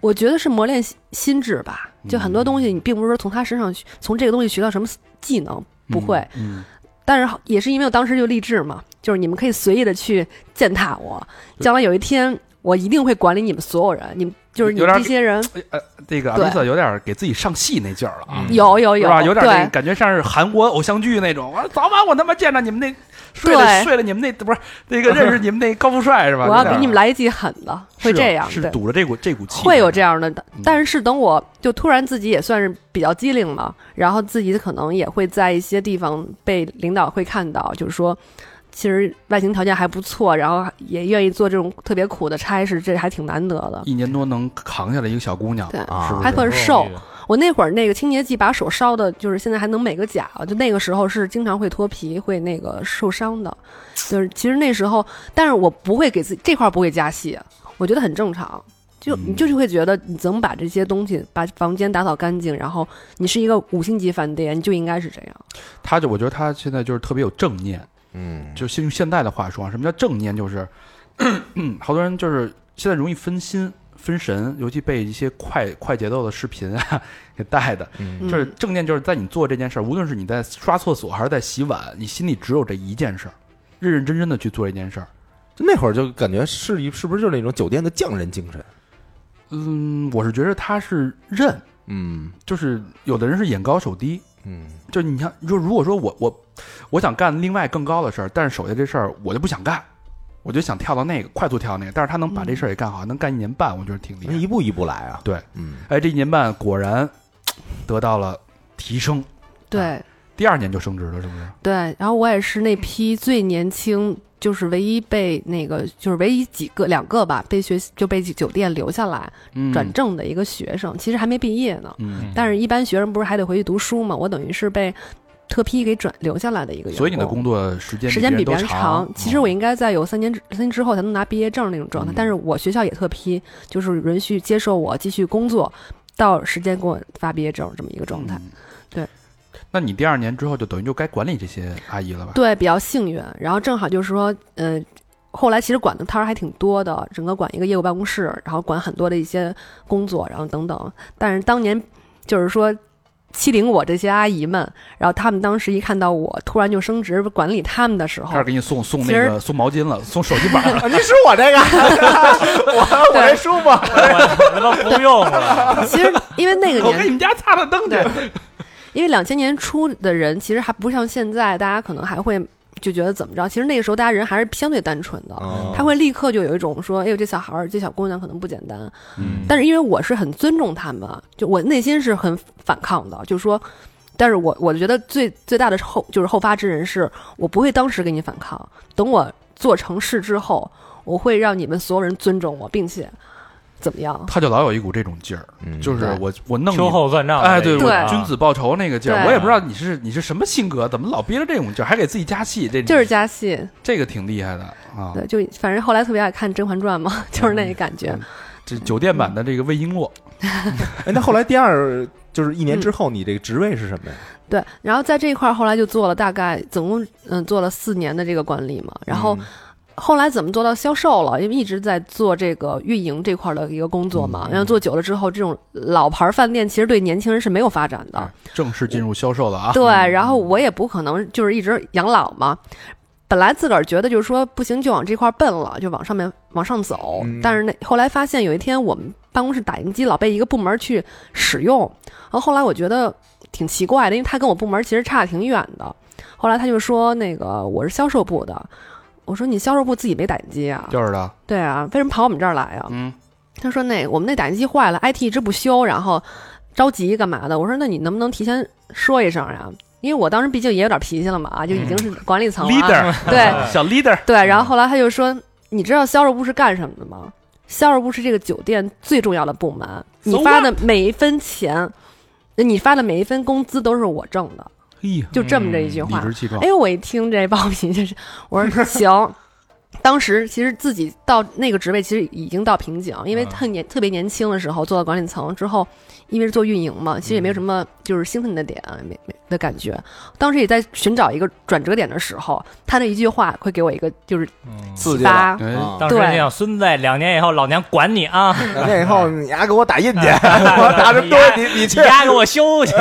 S5: 我觉得是磨练心心智吧，就很多东西你并不是说从他身上学从这个东西学到什么技能，不会，
S2: 嗯，
S5: 但是好也是因为我当时就励志嘛，就是你们可以随意的去践踏我，将来有一天我一定会管理你们所有人，你们就是你
S2: 有
S5: 们
S2: 点
S5: 这些人，
S2: 嗯呃，这个阿
S5: 对
S2: 丽萨有点给自己上戏那劲儿了啊。
S4: 嗯
S5: 有有
S2: 是
S5: 有
S2: 吧？，有点那个
S5: 对
S2: 感觉像是韩国偶像剧那种。我说早晚我他妈见着你们那睡了
S5: 对
S2: 睡了你们那不是那个认识你们那高富帅是吧？
S5: 我要
S2: 有点
S5: 给你们来一记狠的，会这样，
S2: 是
S5: 对。
S2: 堵着这股这股气，
S5: 会有这样的，
S2: 嗯
S5: 但是等我就突然自己也算是比较机灵了，然后自己可能也会在一些地方被领导会看到，就是说，其实外形条件还不错，然后也愿意做这种特别苦的差事，这还挺难得的。
S2: 一年多能扛下来一个小姑娘，
S5: 对
S2: 是不
S3: 啊
S2: 是？
S5: 还可
S4: 很
S5: 是瘦，我那会儿那个清洁剂把手烧的，就是现在还能美个甲，就那个时候是经常会脱皮，会那个受伤的，就是其实那时候，但是我不会给自己这块儿不会加戏，我觉得很正常。就
S2: 嗯
S5: 你就是会觉得你怎么把这些东西把房间打扫干净，然后你是一个五星级饭店，你就应该是这样。
S2: 她就我觉得她现在就是特别有正念，
S3: 嗯，
S2: 就是用现在的话说啊，什么叫正念？就是 <clears throat> 嗯，好多人就是现在容易分心分神，尤其被一些快快节奏的视频啊给带的。
S3: 嗯
S5: 嗯
S2: 就是正念，就是在你做这件事儿，无论是你在刷厕所还是在洗碗，你心里只有这一件事儿，认认真真的去做这件事儿。
S3: 就那会儿就感觉是一是不是就是那种酒店的匠人精神？
S2: 嗯，我是觉得他是认，
S3: 嗯
S2: 就是有的人是眼高手低，
S3: 嗯
S2: 就你看，就如果说我我我想干另外更高的事儿，但是手下这事儿我就不想干，我就想跳到那个快速跳到那个，但是他能把这事儿也干好，能干一年半，我觉得挺厉害。
S3: 一步一步来啊。
S2: 嗯对，
S3: 嗯，
S2: 哎，这一年半果然得到了提升，
S5: 对
S2: 第二年就升职了，是不是？
S5: 对，然后我也是那批最年轻，就是唯一被那个就是唯一几个两个吧，被学就被酒店留下来
S2: 嗯
S5: 转，正的一个学生，其实还没毕业呢。
S2: 嗯，
S5: 但是，一般学生不是还得回去读书吗？我等于是被特批给转留下来的一个员工，
S2: 所以你的工作时间
S5: 时间比别人
S2: 都长。哦
S5: 其实我应该在有三年之三年之后才能拿毕业证那种状态，
S2: 嗯
S5: 但是我学校也特批，就是允许接受我继续工作，到时间给我发毕业证这么一个状态。
S2: 嗯
S5: 对。
S2: 那你第二年之后就等于就该管理这些阿姨了吧？
S5: 对，比较幸运。然后正好就是说，呃，后来其实管的摊儿还挺多的，整个管一个业务办公室，然后管很多的一些工作，然后等等。但是当年就是说欺凌我这些阿姨们，然后她们当时一看到我突然就升职管理她们的时
S2: 开
S5: 候
S2: 始，给你送送
S5: 其
S2: 那
S5: 实
S2: 个送毛巾了，送手机板
S5: <laughs>
S2: 了。
S3: 啊，您是我这个， <laughs> 我我这书吗？
S4: <laughs> 我都不用了。
S5: 其
S2: <laughs>
S5: 实因为那个
S2: 我给
S5: 年
S2: 你们家擦擦灯去。
S5: 因为两千年初的人，其实还不像现在，大家可能还会就觉得怎么着。其实那个时候，大家人还是相对单纯的，
S2: 啊
S3: 哦
S5: 他会立刻就有一种说：“哎呦，这小孩儿，这小姑娘可能不简单。”
S2: 嗯
S5: 但是因为我是很尊重他们，就我内心是很反抗的，就是说，但是我我觉得最最大的后就是后发制人是，我不会当时跟你反抗，等我做成事之后，我会让你们所有人尊重我，并且怎么样？
S2: 他就老有一股这种劲儿，就是
S5: 对
S2: 我我弄
S4: 嗯秋
S2: 你。
S4: 后算账的
S2: 哎，
S4: 那种
S2: 对，
S4: 啊，
S2: 我君子报仇那个劲儿，
S5: 对
S2: 我也不知道你是你是什么性格，怎么老憋着这种劲儿，还给自己加戏，这
S5: 就是加戏，
S2: 这个挺厉害的啊。
S5: 对，就反正后来特别爱看《甄嬛传》嘛，就是那个感觉。
S2: 这酒店版的这个魏璎珞，
S3: <laughs> 哎，那后来第二就是一年之后，你这个职位是什么 <laughs> 呀？
S5: 对，然后在这一块儿后来就做了大概总共嗯做了四年的这个管理嘛，然后后来怎么做到销售了？因为一直在做这个运营这块儿的一个工作嘛，然后做久了之后，这种老牌儿饭店其实对年轻人是没有发展的，
S2: 哎正式进入销售了啊。
S5: 嗯对，然后我也不可能就是一直养老嘛。本来自个儿觉得就是说不行，就往这块儿奔了，就往上面往上走。
S3: 嗯
S5: 但是那后来发现有一天我们办公室打印机老被一个部门去使用，然后后来我觉得挺奇怪的，因为他跟我部门其实差挺远的。后来他就说那个我是销售部的，我说你销售部自己没打印机啊？
S2: 就是的，
S5: 对啊，为什么跑我们这儿来啊？
S2: 嗯，
S5: 他说那我们那打印机坏了，IT 一直不修，然后着急干嘛的？我说那你能不能提前说一声呀？因为我当时毕竟也有点脾气了嘛，啊，就已经是管理层了啊、
S2: leader，
S5: 对
S2: 小 leader，
S5: 对。然后后来他就说：“你知道销售部是干什么的吗？销售部是这个酒店最重要的部门，你
S2: So
S5: 发的每一分钱，你发的每一分工资都是我挣的。”
S2: 嘿哎呀，
S5: 就这么这一句
S2: 理
S5: 话，
S2: 直气壮
S5: 哎，，我一听这暴脾气，我说行。当时其实自己到那个职位，其实已经到瓶颈，因为
S4: 嗯
S5: 特年特别年轻的时候做到管理层之后，因为是做运营嘛，其实也没有什么就是兴奋的点，没没的感觉。当时也在寻找一个转折点的时候，他那一句话会给我一个就是
S3: 刺
S5: 启
S3: 激了
S5: 发。
S2: 哎，
S3: 啊
S4: 当时那样，孙子，两年以后老娘管你啊，
S3: 两嗯天以后你丫给我打印 <laughs> 去，我打这么多，你你去
S4: 你。丫给我休去。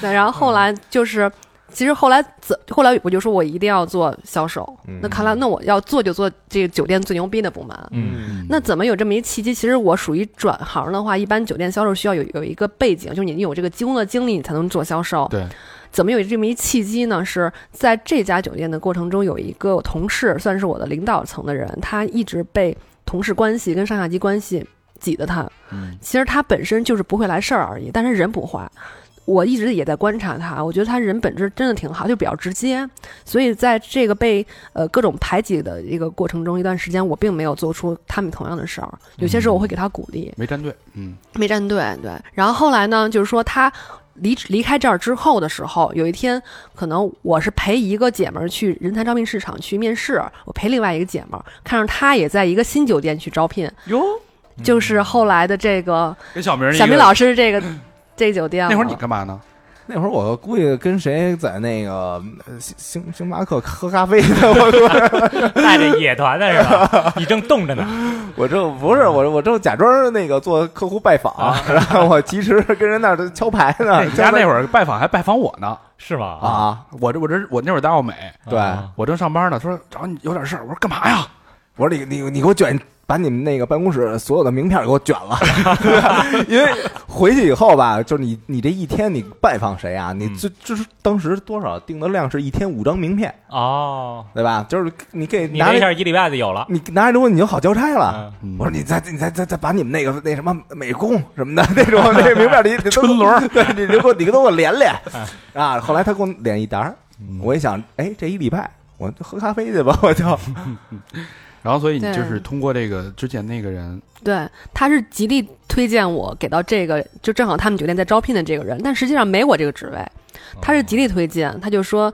S5: 对，然后后来就是，其实后来怎后来我就说我一定要做销售。那看来那我要做就做这个酒店最牛逼的部门。
S4: 嗯
S5: 那怎么有这么一契机？其实我属于转行的话，一般酒店销售需要有有一个背景，就是你有这个工作经历，你才能做销售。
S2: 对，
S5: 怎么有这么一契机呢？是在这家酒店的过程中，有一个同事，算是我的领导层的人，他一直被同事关系跟上下级关系挤得他。
S2: 嗯
S5: 其实他本身就是不会来事儿而已，但是人不坏。我一直也在观察他，我觉得他人本质真的挺好，就比较直接。所以在这个被呃各种排挤的一个过程中，一段时间我并没有做出他们同样的事儿。有些时候我会给他鼓励，
S2: 没站队，嗯，
S5: 没站队，对。然后后来呢，就是说他离离开这儿之后的时候，有一天可能我是陪一个姐们儿去人才招聘市场去面试，我陪另外一个姐们儿，看上她也在一个新酒店去招聘，
S2: 哟，
S5: 就是后来的这个
S2: 跟小明儿一个
S5: 小明老师这个这酒店了。
S2: 那会儿你干嘛呢？
S3: 那会儿我估计跟谁在那个呃星星星巴克喝咖啡呢？ <laughs> 我
S4: 带着野团的是吧？你正冻着呢，
S3: 我正不是我我正假装那个做客户拜访，然后我其实跟人那儿敲牌呢。
S2: 你啊家那会儿拜访还拜访我呢
S4: 是吗？，
S3: 啊，
S2: 我这我这我那会儿在奥美，
S3: 对，
S4: 啊
S2: 我正上班呢，他说找你有点事儿，我说干嘛呀？
S3: 我说你你你给我卷，把你们那个办公室所有的名片给我卷了， <laughs> 因为回去以后吧，就是你你这一天你拜访谁啊？
S2: 嗯
S3: 你这就是当时多少定的量是一天五张名片，
S4: 哦，
S3: 对吧？就是你给
S4: 你
S3: 拿
S4: 这一
S3: 着
S4: 下一礼拜就有了。
S3: 你拿着东西你就好交差了。
S4: 嗯
S2: 嗯
S3: 我说你再你再再再把你们那个那什么美工什么的 <laughs> 那种那个名片里
S2: 春轮儿，
S3: 对，你就给我你给我连连
S4: 嗯
S3: 啊！后来他给我连一沓儿，
S2: 嗯
S3: 我一想，哎，这一礼拜我就喝咖啡去吧，我就
S2: 然后所以你就
S5: 对
S2: 是通过这个之前那个人，
S5: 对，他是极力推荐我给到这个，就正好他们酒店在招聘的这个人，但实际上没我这个职位，他是极力推荐，他就说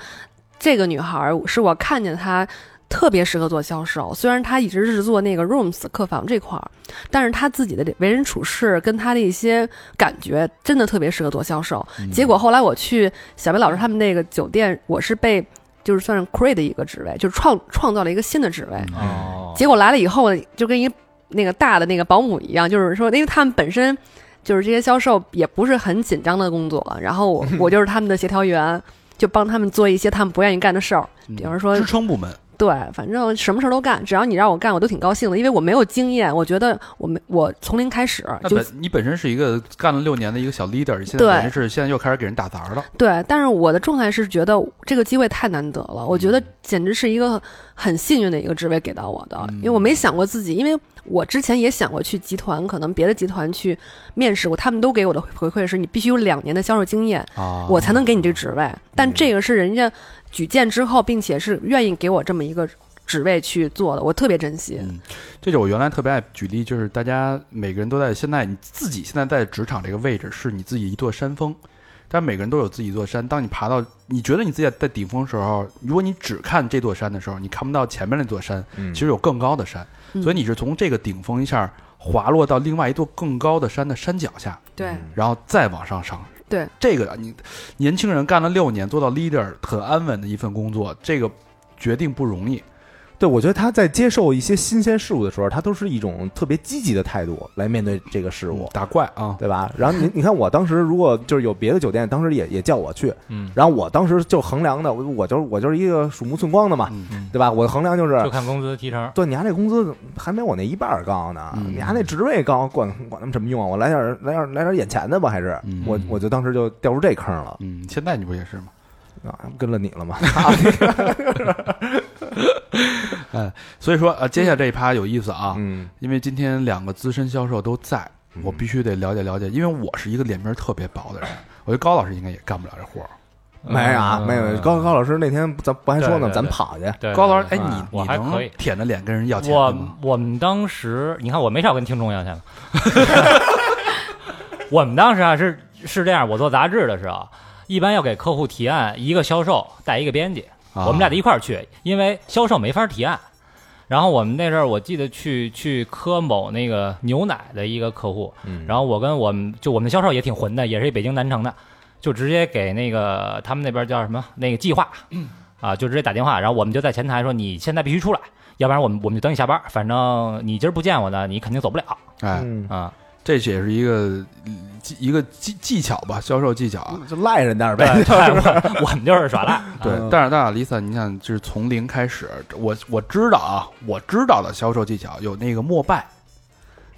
S5: 这个女孩儿是我看见她。特别适合做销售，虽然她一直是做那个 rooms 客房这块儿，但是她自己的为人处事跟她的一些感觉，真的特别适合做销售。
S2: 嗯
S5: 结果后来我去小白老师他们那个酒店，我是被就是算是 create 的一个职位，就是创创造了一个新的职位。
S4: 哦，
S5: 结果来了以后，就跟一那个大的那个保姆一样，就是说，因为他们本身就是这些销售也不是很紧张的工作，然后
S2: <laughs>
S5: 我我就是他们的协调员，就帮他们做一些他们不愿意干的事儿，
S2: 嗯
S5: 比方说
S2: 支撑部门，
S5: 对，反正什么事儿都干，只要你让我干，我都挺高兴的，因为我没有经验，我觉得我没我从零开始
S2: 那
S5: 就
S2: 本你本身是一个干了六年的一个小 leader，现在
S5: 对
S2: 本身是现在又开始给人打杂了，
S5: 对，但是我的状态是觉得这个机会太难得了，我觉得简直是一个很幸运的一个职位给到我的，因为我没想过自己，因为我之前也想过去集团，可能别的集团去面试过，他们都给我的回馈是你必须有两年的销售经验，
S2: 啊，
S5: 我才能给你这职位，但这个是人家举荐之后，并且是愿意给我这么一个职位去做的，我特别珍惜。
S2: 嗯这就是我原来特别爱举例，就是大家每个人都在现在你自己现在在职场这个位置是你自己一座山峰，但每个人都有自己一座山。当你爬到你觉得你自己在顶峰的时候，如果你只看这座山的时候，你看不到前面那座山，其实有更高的山，
S5: 嗯
S2: 所以你是从这个顶峰一下滑落到另外一座更高的山的山脚下，
S5: 对，
S2: 然后再往上上。
S5: 对
S2: 这个你年轻人干了六年，做到 leader 很安稳的一份工作，这个决定不容易。
S3: 对，我觉得他在接受一些新鲜事物的时候，他都是一种特别积极的态度来面对这个事物，
S2: 打怪啊，
S3: 对吧？然后你你看，我当时如果就是有别的酒店，当时也也叫我去，
S4: 嗯，
S3: 然后我当时就衡量的，我我就是我就是一个鼠目寸光的嘛，
S2: 嗯
S4: 嗯
S3: 对吧？我的衡量就是
S4: 就，看工资提成。
S3: 对，你家这工资还没我那一半儿高呢，
S2: 嗯
S3: 你家那职位高，管管那么什么用啊？我来点儿来点儿来点儿眼前的吧，还是
S2: 嗯
S3: 我我就当时就掉入这坑了
S2: 嗯，现在你不也是吗？
S3: 啊，跟了你了嘛，
S2: 所以说呃，接下来这一趴有意思啊，
S3: 嗯
S2: 因为今天两个资深销售都在，
S3: 嗯
S4: <laughs>
S2: 我必须得了解了解，因为我是一个脸皮儿特别薄的人，我觉得高老师应该也干不了这活儿，
S3: 没啊，没有。高高老师那天咱不还说呢，
S4: 对对对
S3: 咱跑去，
S4: 对
S2: 高老哎师，哎，
S3: 啊
S2: 你
S4: 我
S2: 你
S4: 还可
S2: 能
S4: 以
S2: 舔着脸跟人要钱的
S4: 我
S2: 吗？
S4: 我们当时，你看我没少跟听众要钱吧。 <laughs> 我们当时啊是是这样，我做杂志的时候，一般要给客户提案，一个销售带一个编辑，
S2: 啊
S4: 我们俩得一块儿去，因为销售没法提案。然后我们那阵儿，我记得去去科某那个牛奶的一个客户，
S3: 嗯
S4: 然后我跟我们就我们的销售也挺混的，也是一北京南城的，就直接给那个他们那边叫什么那个计划，啊，就直接打电话，然后我们就在前台说你现在必须出来，要不然我们我们就等你下班，反正你今儿不见我呢，你肯定走不了
S2: 哎，
S3: 嗯，
S4: 啊。
S2: 这也是一个嗯技一个技技巧吧，销售技巧啊。
S3: 就赖人那儿
S4: 对
S3: 呗，，
S4: <laughs> 我我们就是耍赖，
S2: 对，
S5: 嗯
S2: 但是但是 Lisa，你想，就是从零开始，我我知道啊，我知道的销售技巧有那个默拜，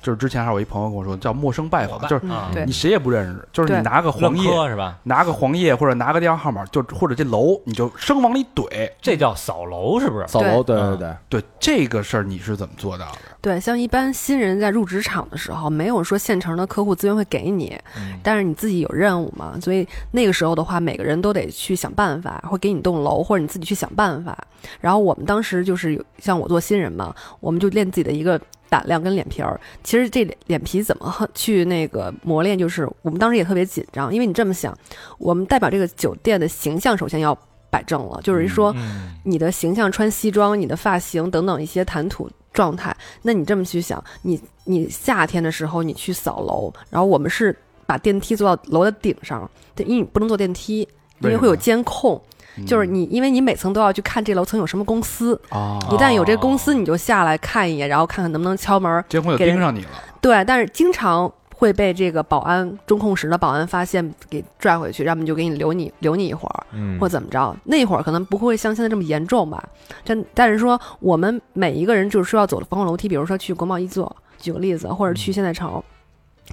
S2: 就是之前还有我一朋友跟我说叫陌生拜
S4: 伙
S2: 访，
S4: 伴
S2: 就是
S4: 啊
S5: 嗯，对
S2: 你，谁也不认识，就是你
S5: 对
S2: 拿个黄
S4: 愣
S2: 页，
S4: 磕是吧？
S2: 拿个黄页或者拿个电话号码，就或者这楼你就生往里怼。
S4: 这叫扫楼是不是？
S3: <laughs> 扫楼，对对
S4: 嗯
S3: 对，
S2: 对这个事儿你是怎么做到的？
S5: 对，像一般新人在入职场的时候，没有说现成的客户资源会给你，但是你自己有任务嘛，所以那个时候的话，每个人都得去想办法，会给你栋楼，或者你自己去想办法。然后我们当时就是有像我做新人嘛，我们就练自己的一个胆量跟脸皮儿。其实这脸脸皮怎么去那个磨练，就是我们当时也特别紧张，因为你这么想，我们代表这个酒店的形象首先要摆正了，就是说
S4: 嗯，
S5: 你的形象、穿西装、你的发型等等一些谈吐状态。那你这么去想，你你夏天的时候你去扫楼，然后我们是把电梯坐到楼的顶上，对，因为你不能坐电梯，因
S2: 为什
S5: 为
S2: 么
S5: 会有监控，
S2: 嗯
S5: 就是你因为你每层都要去看这楼层有什么公司，
S2: 啊，
S5: 一旦有这公司你就下来看一眼，然后看看能不能敲门。
S2: 监控就
S5: 给人
S2: 盯上你了。
S5: 对，啊但是经常。会被这个保安中控室的保安发现，给拽回去，要么就给你留你留你一会儿，
S3: 嗯
S5: 或怎么着，那会儿可能不会像现在这么严重吧。但但是说，我们每一个人就是说要走的防火楼梯，比如说去国贸一座，举个例子，或者去现代城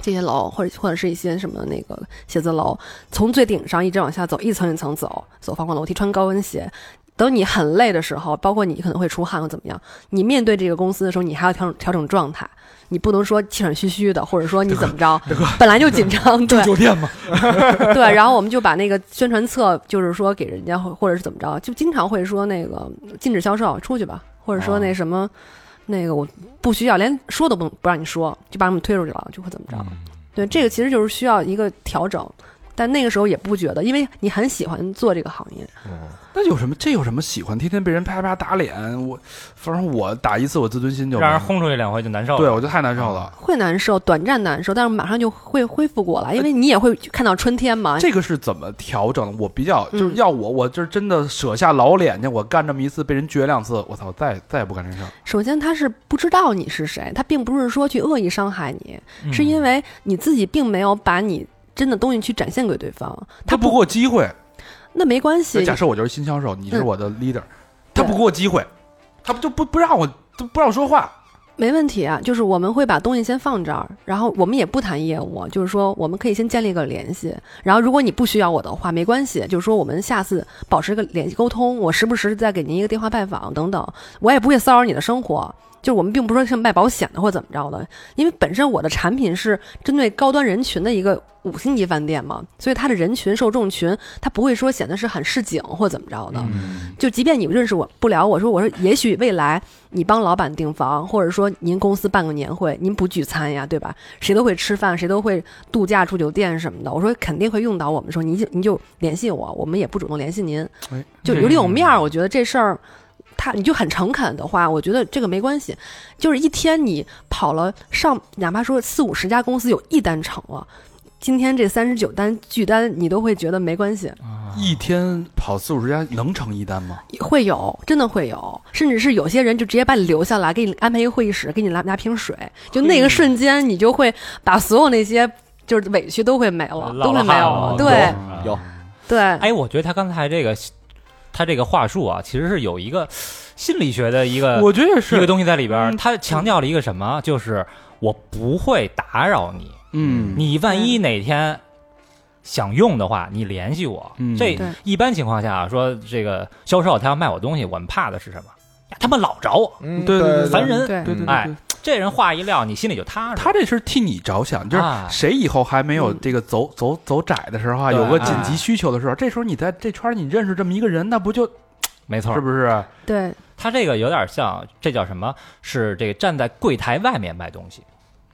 S5: 这些楼，或者或者是一些什么那个写字楼，从最顶上一直往下走，一层一层走，走防火楼梯，穿高跟鞋。等你很累的时候，包括你可能会出汗或怎么样，你面对这个公司的时候，你还要调整调整状态，你不能说气喘吁吁的，或者说你怎么着，本来就紧张，对，
S2: 酒店嘛，
S5: 对，然后我们就把那个宣传册，就是说给人家或或者是怎么着，就经常会说那个禁止销售，出去吧，或者说那什么，那个我不需要，连说都不不让你说，就把我们推出去了，就会怎么着。对，这个其实就是需要一个调整，但那个时候也不觉得，因为你很喜欢做这个行业，
S3: 嗯
S2: 那有什么？这有什么喜欢？天天被人啪啪打脸，我反正我打一次我自尊心就
S4: 让人
S2: 没了
S4: 轰出去两回就难受
S2: 对
S4: 了。
S2: 我就太难受了。
S5: 会难受，短暂难受，但是马上就会恢复过来，因为你也会看到春天嘛。
S2: 这个是怎么调整的？我比较
S5: 啊嗯
S2: 就是要我，我就是真的舍下老脸去，我干这么一次被人撅两次，我操，再也再也不干这事儿。
S5: 首先，他是不知道你是谁，他并不是说去恶意伤害你，
S4: 嗯
S5: 是因为你自己并没有把你真的东西去展现给对方，
S2: 他不给我机会，
S5: 那没关系
S2: 就，假设我就是新销售，你是
S5: 嗯
S2: 我的 leader，他不给我机会，他不就不不让我都不让我说话。
S5: 没问题啊。就是我们会把东西先放这儿，然后我们也不谈业务，啊就是说我们可以先建立一个联系。然后如果你不需要我的话，没关系，就是说我们下次保持个联系沟通，我时不时再给您一个电话拜访等等，我也不会骚扰你的生活。就是我们并不是说像卖保险的或怎么着的，因为本身我的产品是针对高端人群的一个五星级饭店嘛，所以它的人群受众群，它不会说显得是很市井或怎么着的。就即便你认识我不了，我说我说，也许未来你帮老板订房，或者说您公司办个年会，您不聚餐呀，对吧？谁都会吃饭，谁都会度假住酒店什么的。我说肯定会用到我们的时候，您就您就联系我，我们也不主动联系您
S2: 哎，
S5: 就有里有面儿。我觉得这事儿。他你就很诚恳的话，我觉得这个没关系。就是一天你跑了上，哪怕说四五十家公司有一单成了，今天这三十九单拒单，你都会觉得没关系。
S2: 一天跑四五十家能成一单吗？
S5: 会有，真的会有，甚至是有些人就直接把你留下来，给你安排一个会议室，给你拿拿瓶水，就那个瞬间，你就会把所有那些就是委屈都会没了，
S4: 落
S5: 都会
S4: 了
S5: 没
S4: 汗
S5: 了
S4: 了。
S5: 对
S3: 有有
S5: 对，
S4: 哎，我觉得他刚才这个他这个话术啊，其实是有一个心理学的一个
S2: 我觉得也
S4: 呃一个
S2: 是，
S4: 东西在里边儿
S2: 嗯。
S4: 他强调了一个什么？就是我不会打扰你，
S2: 嗯，
S4: 你万一哪天想用的话，你联系我
S2: 嗯。
S4: 这
S5: 对
S4: 一般情况下啊，说这个销售他要卖我东西，我们怕的是什么？呀他们老找我，
S3: 嗯
S2: 对对对
S3: 对，
S4: 烦人。
S5: 对
S2: 对对对
S4: 哎
S2: 对，
S4: 这人话一撂，你心里就踏实。
S2: 他这是替你着想，就是
S4: 哎
S2: 谁以后还没有
S5: 嗯
S2: 这个走走走窄的时候啊，
S4: 对
S2: 有个紧急需求的时候，这时候你在这圈儿你认识这么一个人，那不就
S4: 没错
S2: 是，不是？
S5: 对，
S4: 他这个有点像，这叫什么？是这个站在柜台外面卖东西，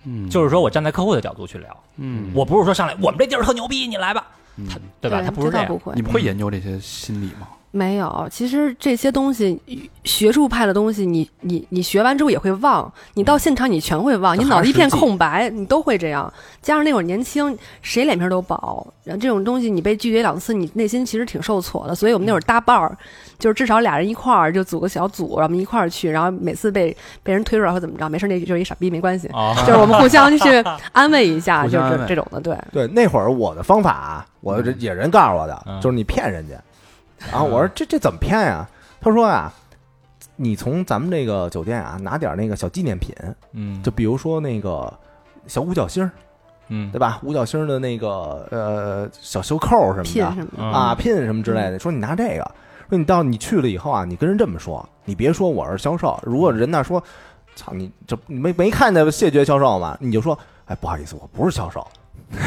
S2: 嗯
S4: 就是说我站在客户的角度去聊，
S2: 嗯，
S4: 我不是说上来我们这地儿特牛逼，你来吧，他对吧？他不是
S5: 这
S4: 这
S5: 倒
S4: 样
S5: 不，会
S2: 你。们会研究这些心理吗？
S5: 没有，其实这些东西，学术派的东西，你你你学完之后也会忘，你到现场你全会
S2: 嗯
S5: 忘，你脑子一片空白，你都会这样。加上那会儿年轻，谁脸皮儿都薄，然后这种东西你被拒绝两次，你内心其实挺受挫的。所以我们那会儿搭伴
S2: 嗯
S5: 儿，就是至少俩人一块儿就组个小组，然后我们一块儿去，然后每次
S2: <laughs>
S5: 被被人推出来或怎么着，没事，那就是一傻逼，没关系，
S4: 啊，
S5: 就是我们互相去安慰一下，
S2: <laughs> 互
S5: 就
S2: 相安
S5: 是
S2: 慰
S5: 这种的，对。
S3: 对，那会儿我的方法啊，我这也人告诉我的，
S4: 嗯
S3: 就是你骗人家。然后我说这这怎么骗呀？他说啊，你从咱们这个酒店啊拿点那个小纪念品，
S4: 嗯，
S3: 就比如说那个小五角星儿，
S4: 嗯
S3: 对吧？五角星儿的那个呃小袖扣什
S5: 骗
S3: 么
S5: 什么的？
S3: 的
S4: 嗯
S3: 啊，pin 什么之类的。说你拿这个，说你到你去了以后啊，你跟人这么说，你别说我是销售，如果人那说，操你这你没没看见谢绝销售吗？你就说，哎，不好意思，我不是销售。 <laughs>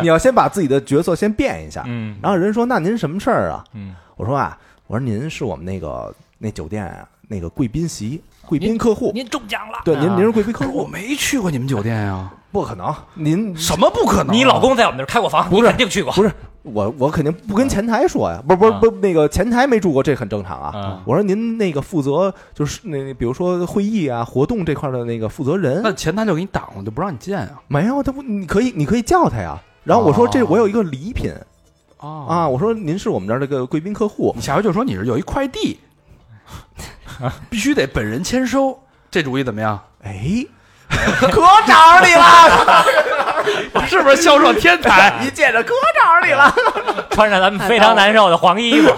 S3: 你要先把自己的角色先变一下，
S4: 嗯，
S3: 然后人说：“那您什么事儿啊
S4: 嗯，？”
S3: 我说：“啊，我说您是我们那个那酒店啊那个贵宾席贵宾客户，
S4: 您中奖了，
S3: 对，您
S4: 啊
S3: 您是贵宾
S2: 可
S3: 客
S2: 是我
S3: 户，
S2: 没去过你们酒店呀，
S3: 不可能，您
S2: 什么不可能？啊
S4: 你老公在我们那儿开过房，
S3: 不
S4: 你
S3: 是
S4: 肯定去过，
S3: 不是我，我肯定
S2: 啊
S3: 不跟前台说呀，不是不是
S4: 啊
S3: 不是那个前台没住过，这很正常啊。
S4: 啊
S3: 我说您那个负责就是那比如说会议啊活动这块的那个负责
S2: <laughs>
S3: 人
S2: 那前台就给你挡了，就不让你见啊。
S3: 没有，他不你可以你可以叫他呀。”然后我说
S2: 哦
S3: 这我有一个礼品啊，
S2: 啊，
S3: 我说您是我们这儿的个贵宾客户
S2: 你，下回就说你是有一快递，必须得本人签收，这主意怎么样？ <laughs>
S3: 哎，
S2: 可找着你
S3: <laughs>
S2: 了，我是不是销售天才？一见着可找着你了。
S4: 穿上咱们非常难受的黄
S2: <laughs>
S4: 衣服，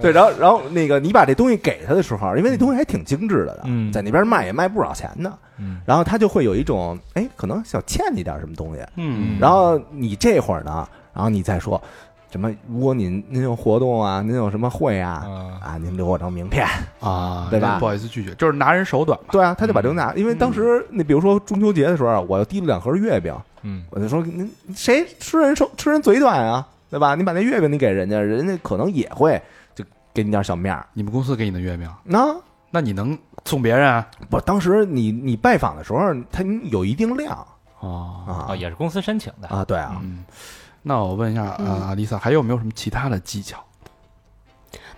S3: 对，然后然后那个你把这东西给他的时候，因为那东西还挺精致的的，
S4: 嗯
S3: 在那边卖也卖不少钱呢。
S4: 嗯
S3: 然后他就会有一种哎，可能想欠你点什么东西。
S2: 嗯
S3: 然后你这会儿呢，然后你再说什么？如果您您有活动啊，您有什么会啊？
S4: 嗯
S3: 啊，您留我张名片。
S2: 啊，
S3: 对吧
S2: 不好意思拒绝，就是拿人手短嘛。
S3: 对啊，他就把这个拿，
S4: 嗯
S3: 因为当时那比如说中秋节的时候，啊我又提了两盒月饼，
S4: 嗯
S3: 我就说您谁吃人手吃人嘴短啊，对吧？你把那月饼你给人家，人家可能也会就给你点小面儿。
S2: 你们公司给你的月饼，
S3: 那、
S2: 那你能送别人啊？
S3: 不，当时你你拜访的时候，它有一定量
S2: 哦
S3: 啊
S4: 啊，也是公司申请的，
S3: 啊，对啊，
S2: 嗯，那我问一下
S5: 嗯
S2: 啊，丽萨，还有没有什么其他的技巧？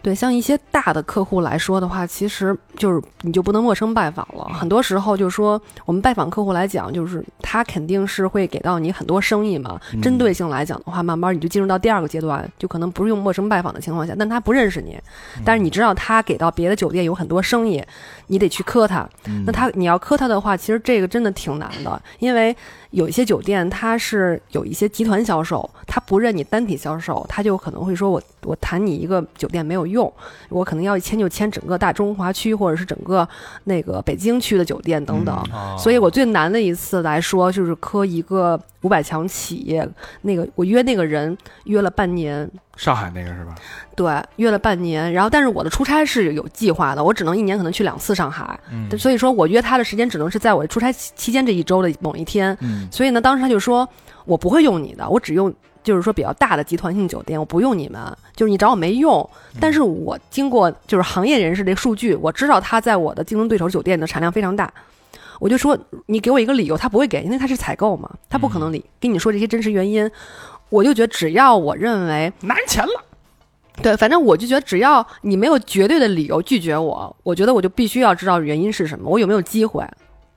S5: 对，像一些大的客户来说的话，其实就是你就不能陌生拜访了。很多时候就是说，我们拜访客户来讲，就是他肯定是会给到你很多生意嘛。针对性来讲的话，慢慢你就进入到第二个阶段，就可能不是用陌生拜访的情况下，但他不认识你，但是你知道他给到别的酒店有很多生意，你得去磕他。
S2: 嗯
S5: 那他你要磕他的话，其实这个真的挺难的，因为有一些酒店它是有一些集团销售，他不认你单体销售，他就可能会说我我谈你一个酒店没有用，我可能要一签就签整个大中华区或者是整个那个北京区的酒店等等。
S4: 哦
S5: 所以我最难的一次来说，就是磕一个五百强企业，那个我约那个人约了半年，
S2: 上海那个是吧？
S5: 对，约了半年。然后，但是我的出差是有计划的，我只能一年可能去两次上海，
S4: 嗯
S5: 所以说我约他的时间只能是在我出差期期间这一周的某一天。
S4: 嗯
S5: 所以呢，当时他就说我不会用你的，我只用就是说比较大的集团性酒店，我不用你们，就是你找我没用。
S4: 嗯
S5: 但是我经过就是行业人士的数据，我知道他在我的竞争对手酒店的产量非常大。我就说你给我一个理由，他不会给，因为他是采购嘛，他不可能理
S4: 嗯
S5: 跟你说这些真实原因。我就觉得只要我认为
S2: 拿人钱了，
S5: 对，反正我就觉得，只要你没有绝对的理由拒绝我，我觉得我就必须要知道原因是什么，我有没有机会。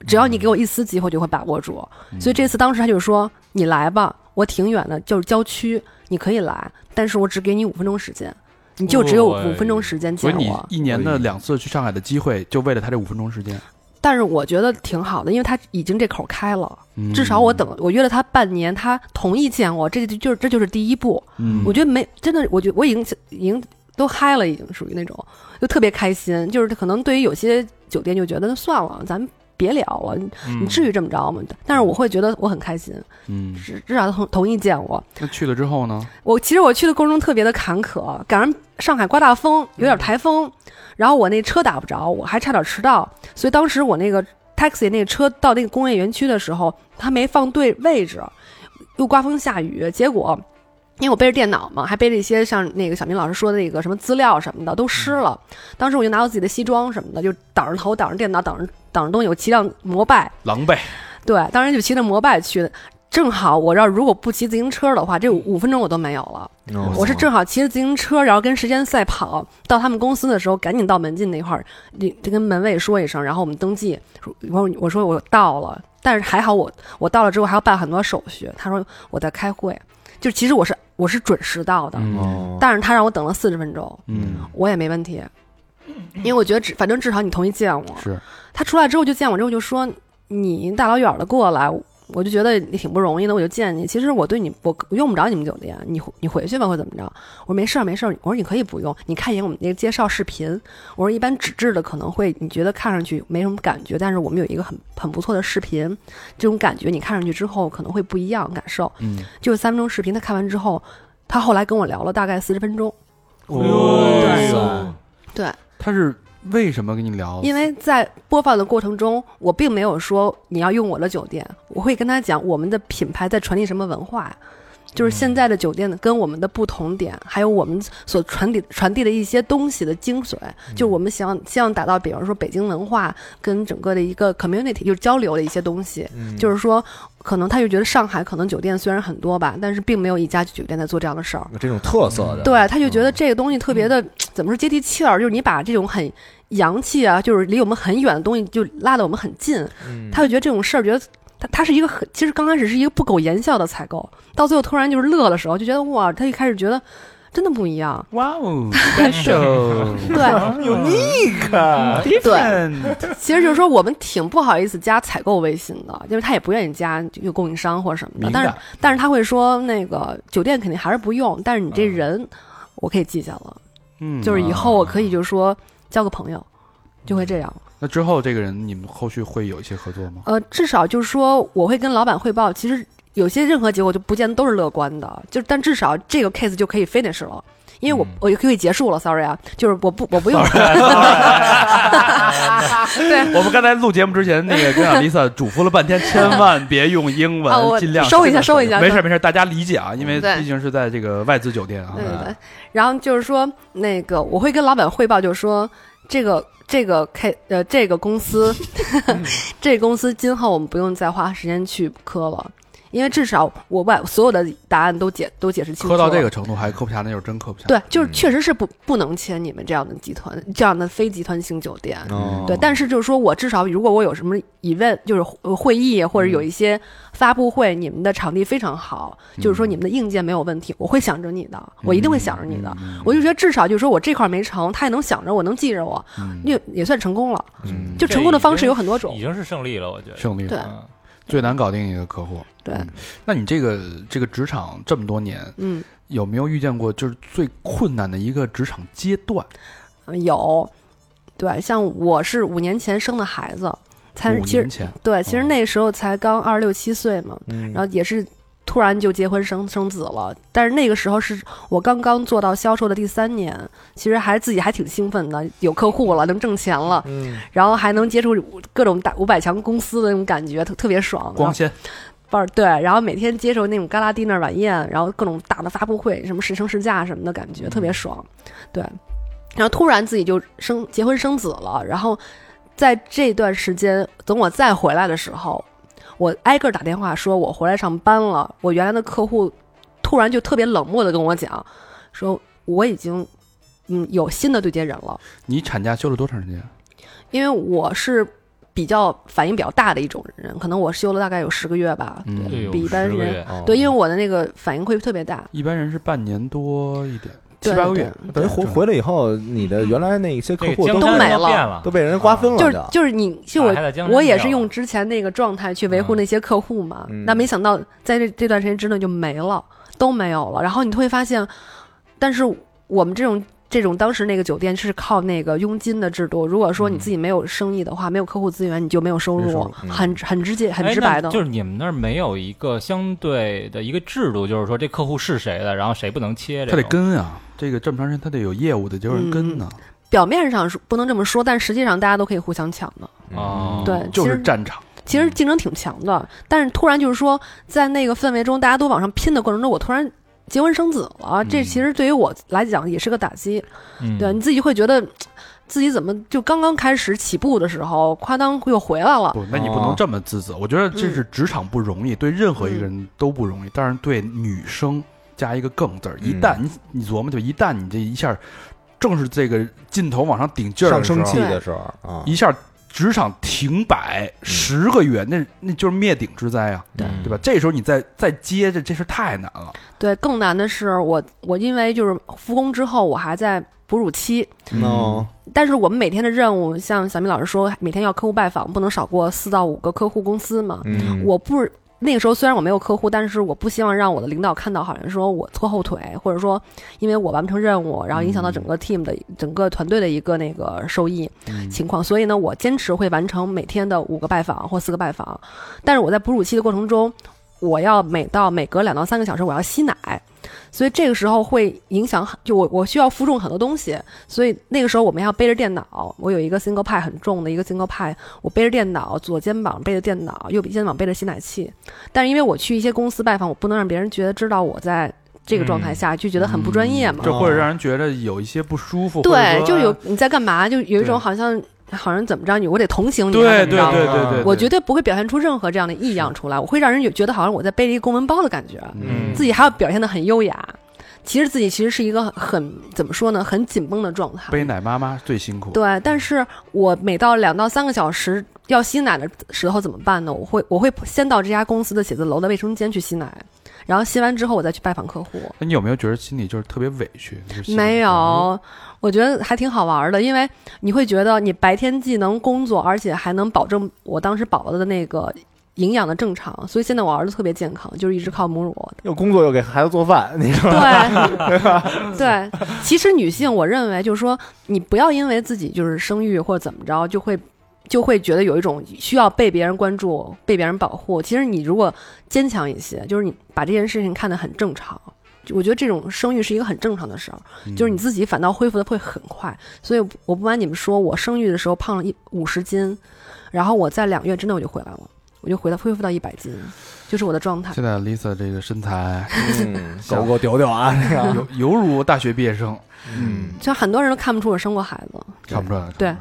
S5: 只要你
S2: 嗯
S5: 给我一丝机会，就会把握住。所以这次当时他就说：“你来吧，我挺远的，就是郊区，你可以来，但是我只给你五分钟时间，你就只有五分钟时间
S2: 所
S5: 见
S2: 以你
S5: 我。
S2: 一年的两次去上海的机会，就为了他这五分钟时间。”
S5: 但是我觉得挺好的，因为他已经这口开了，
S2: 嗯
S5: 至少我，等我约了他半年，他同意见我，这就就是这就是第一步。
S2: 嗯
S5: 我觉得没真的，我觉我已经已经都嗨了，已经属于那种就特别开心。就是可能对于有些酒店就觉得那算了，咱们别聊了，你你至于这么着吗？但是我会觉得我很开心，
S2: 嗯，
S5: 至至少同同意见我。
S2: 那去了之后呢？
S5: 我其实我去的过程中特别的坎坷，赶上上海刮大风，有点台风，然后我那车打不着，我还差点迟到，所以当时我那个。 taxi 那个车到那个工业园区的时候，他没放对位置，又刮风下雨，结果。因为我背着电脑嘛，还背着一些像那个小明老师说的那个什么资料什么的，都湿了。当时我就拿我自己的西装什么的，就挡着头、挡着电脑、挡着挡着东西，我骑辆摩拜，
S2: 狼狈，
S5: 对，当时就骑着摩拜去的。正好我要如果不骑自行车的话，这五分钟我都没有了。
S3: 嗯
S5: 我是正好骑着自行车，然后跟时间赛跑到他们公司的时候，赶紧到门禁那块儿，你就跟门卫说一声，然后我们登记。我我说我到了，但是还好我我到了之后还要办很多手续。他说我在开会，就其实我是我是准时到的，
S2: 嗯
S3: 哦，
S5: 但是他让我等了四十分钟，
S2: 嗯，
S5: 我也没问题，因为我觉得至反正至少你同意见我，
S2: 是，
S5: 他出来之后就见我之后就说：“你大老远的过来，我就觉得你挺不容易的，我就见你。其实我对你，我我用不着你们酒店，你回你回去吧，或者怎么着。”我说：“没事儿，没事儿。”我说：“你可以不用，你看一眼我们那个介绍视频。”我说：“一般纸质的可能会你觉得看上去没什么感觉，但是我们有一个很很不错的视频，这种感觉你看上去之后可能会不一样感受。
S2: 嗯，
S5: 就是三分钟视频，他看完之后，他后来跟我聊了大概四十分钟。
S3: 嗯
S2: 哎呦
S5: 对，
S2: 他是为什么跟你聊？
S5: 因为在播放的过程中，我并没有说你要用我的酒店，我会跟他讲我们的品牌在传递什么文化，就是现在的酒店跟我们的不同点，还有我们所传递传递的一些东西的精髓，就我们希望希望打到，比方说北京文化跟整个的一个 community 就是交流的一些东西，就是说。可能他就觉得上海可能酒店虽然很多吧，但是并没有一家酒店在做这样的事儿。
S3: 有这种特色的，嗯
S5: 对，他就觉得这个东西特别的，怎么说接地气儿，就是你把这种很洋气啊，就是离我们很远的东西，就拉到我们很近，
S3: 嗯，
S5: 他就觉得这种事儿，觉得他他是一个很，其实刚开始是一个不苟言笑的采购，到最后突然就是乐的时候，就觉得哇，他一开始觉得真的不一样，
S2: 哇
S5: <laughs>
S2: 哦，special，
S3: <laughs>
S5: 对对，其实就是说我们挺不好意思加采购微信的，就是他也不愿意加有供应商或者什么的，
S3: 嗯
S2: 明
S5: 但是
S2: 白
S5: 但是他会说那个酒店肯定还是不用，但是你这
S3: 嗯
S5: 人我可以记下了。
S2: <laughs> 嗯，
S5: 就是以后我可以就说交个朋友，就会这样。
S2: 那之后这个人，你们后续会有一些合作吗？
S5: 呃，至少就是说我会跟老板汇报，其实有些任何结果就不见得都是乐观的，就但至少这个 case 就可以 finish 了。因为我、我就可以结束了，sorry 啊，就是我不我不用， <laughs> 对
S2: 我们刚才录节目之前，那个跟 a 丽萨嘱咐了半天，千万别用英
S5: 啊我
S2: 文，尽量
S5: 收一下收一下
S2: 没事没事，大家理解啊，因为
S5: 对
S2: 毕竟是在这个外资酒店啊
S5: 对。对对。然后就是说那个我会跟老板汇报，就是说这个这个 K 呃这个公
S2: <laughs>
S5: 司 <laughs>
S2: 嗯
S5: 这个公司今后我们不用再花时间去磕了，因为至少我把所有的答案都解都解释清楚
S2: 磕
S5: 了。
S2: 到这个嗯程度还磕不下，那就是真磕不下。
S5: 对，就是确实是不不能签你们这样的集团、这样的非集团型酒店。
S3: 哦
S5: 对，但是就是说我至少如果我有什么疑问，就是呃会议或者有一些发布会，你们的场地非常好，就是说你们的硬件没有问题，我会想着你的，我一定会想着你的。我就觉得至少就是说我这块没成，他也能想着我，能记着我，也也算成功了。
S2: 嗯，
S5: 就成功的方式有很多
S4: 已
S5: 种，
S4: 经是胜利了，我觉得。嗯
S2: 胜利
S5: 对
S2: 了，最难搞定你的客户。嗯
S5: 对，
S2: 那你这个这个职场这么多年，
S5: 嗯，
S2: 有没有遇见过就是最困难的一个职场阶段？
S5: 嗯有，对，像我是五年前生的孩子，才
S2: 五
S5: 其实
S2: 年前，
S5: 对，其实那时候才刚二十六七岁嘛，
S3: 嗯
S5: 然后也是突然就结婚生生子了。但是那个时候是我刚刚做到销售的第三年，其实还自己还挺兴奋的，有客户了，能挣钱了，
S3: 嗯
S5: 然后还能接触各种大五百强公司的那种感觉，特特别爽。
S2: 光鲜，
S5: 倍儿对，然后每天接受那种嘎啦 dinner 晚宴，然后各种大的发布会，什么试乘试驾什么的，感觉特别爽，对。然后突然自己就生结婚生子了，然后在这段时间，等我再回来的时候，我挨个儿打电话说我回来上班了，我原来的客户突然就特别冷漠的跟我讲，说我已经嗯有新的对接人了，
S2: 你产假休了多长时间？
S5: 因为我是。比较反应比较大的一种人，可能我休了大概有十个月吧，
S2: 嗯
S5: 对
S4: 对，有
S5: 比一般
S4: 10个
S5: 人
S4: 月
S3: 哦
S5: 对，因为我的那个反应会特别大，
S2: 一般人是半年多一点，
S5: 对
S2: 七八个月。
S5: 对
S3: 等于回回来以后，你的原来那些客
S4: 这
S3: 户
S4: 个
S3: 都
S5: 都
S4: 江山
S5: 没了
S4: 变了啊
S3: 都被人瓜分了，
S5: 就是就是你就
S4: 打开了
S5: 我
S4: 江山
S5: 我也是
S4: 掉了
S5: 用之前那个状态去维护那些客户嘛，
S3: 嗯
S5: 那没想到在这这段时间之内就没了，都没有了。然后你会发现，但是我们这种这种当时那个酒店是靠那个佣金的制度，如果说你自己没有生意的话，没有客户资源，你就没有收入，
S2: 没收入
S3: 嗯
S5: 很很直接很
S4: 哎
S5: 直白
S4: 那
S5: 的。
S4: 就是你们那儿没有一个相对的一个制度，就是说这客户是谁的，然后谁不能切这
S2: 他
S4: 种。
S2: 得跟啊，这个这么长时间他得有业务的，得有人跟呢。
S5: 表面上是不能这么说，但实际上大家都可以互相抢的。
S3: 嗯哦
S2: 啊，
S5: 对
S2: 就
S5: 其
S2: 是
S5: 实
S2: 战场，
S5: 其实竞争挺强的，但是突然就是说，在那个氛围中，大家都往上拼的过程中，我突然结婚生子了，这其实对于我来讲也是个打击。
S4: 嗯
S5: 对，你自己会觉得嘖自己怎么就刚刚开始起步的时候，夸当又回来了。
S2: 不，那你不
S3: 哦
S2: 能这么自责。我觉得这
S5: 嗯
S2: 是职场不容易，对任何一个人都不容易，但是对女生加一个更字儿，一旦
S3: 嗯
S2: 你你琢磨，就一旦你这一下正是这个劲头往上顶劲儿
S3: 上
S2: 的时
S3: 升期
S2: 候，
S5: 对
S3: 的时候啊，
S2: 一下职场停摆
S3: 嗯
S2: 十个月，那那就是灭顶之灾啊，
S5: 对
S2: 对吧？这时候你再再接着，这事儿太难了。
S5: 对，更难的是我，我因为就是复工之后，我还在哺乳期，
S3: no，
S5: 但是我们每天的任务，像小米老师说，每天要客户拜访，不能少过四到五个客户公司嘛。
S3: 嗯，
S5: 我不那个时候虽然我没有客户，但是我不希望让我的领导看到，好像说我拖后腿，或者说因为我完不成任务，然后影响到整个 team 的、整个团队的一个那个收益情况。所以呢，我坚持会完成每天的五个拜访或四个拜访，但是我在哺乳期的过程中，我要每到每隔两到三个小时我要吸奶。所以这个时候会影响很，就我我需要负重很多东西，所以那个时候我们要背着电脑，我有一个 single pie 很重的一个 single pie，我背着电脑，左肩膀背着电脑，右肩膀背着吸奶器。但是因为我去一些公司拜访，我不能让别人觉得知道我在这个状态下，就觉得很不专业嘛。
S2: 就
S3: 嗯
S2: 或者让人觉得有一些不舒服。或者
S5: 对，
S2: 说
S5: 就有你在干嘛，就有一
S2: 对
S5: 种好像好像怎么着你，我得同情你，还
S2: 对
S5: 是
S2: 对
S5: 怎么着
S2: 对对对，
S5: 我
S2: 对
S5: 绝对不会表现出任何这样的异样出来，我会让人有觉得好像我在背着一个公文包的感觉，
S4: 嗯
S5: 自己还要表现的很优雅。其实自己其实是一个很怎么说呢，很紧绷的状态。
S2: 背奶妈妈最辛苦。
S5: 对，但是我每到两到三个小时要吸奶的时候怎么办呢？我会我会先到这家公司的写字楼的卫生间去吸奶，然后吸完之后我再去拜访客户。
S2: 那你有没有觉得心里就是特别委屈？就是哦心里
S5: 没有，我觉得还挺好玩的，因为你会觉得你白天既能工作，而且还能保证我当时宝宝的那个营养的正常，所以现在我儿子特别健康，就是一直靠母乳。
S3: 又工作又给孩子做饭，你说
S5: 对，对，其实女性，我认为就是说，你不要因为自己就是生育或者怎么着，就会就会觉得有一种需要被别人关注、被别人保护。其实你如果坚强一些，就是你把这件事情看得很正常。就我觉得这种生育是一个很正常的事儿，
S2: 嗯
S5: 就是你自己反倒恢复的会很快。所以我不瞒你们说，我生育的时候胖了一五十斤，然后我在两个月之内我就回来了，我就回到恢复到一百斤，就是我的状态。
S2: 现在 Lisa 这个
S5: <laughs>
S2: 身材
S3: <laughs> 狗狗丢丢啊，这个
S2: 犹犹如大学毕业生，
S3: 嗯，
S5: 就很多人都看不出我生过孩子，
S2: 看不出来。看不出来
S5: 对，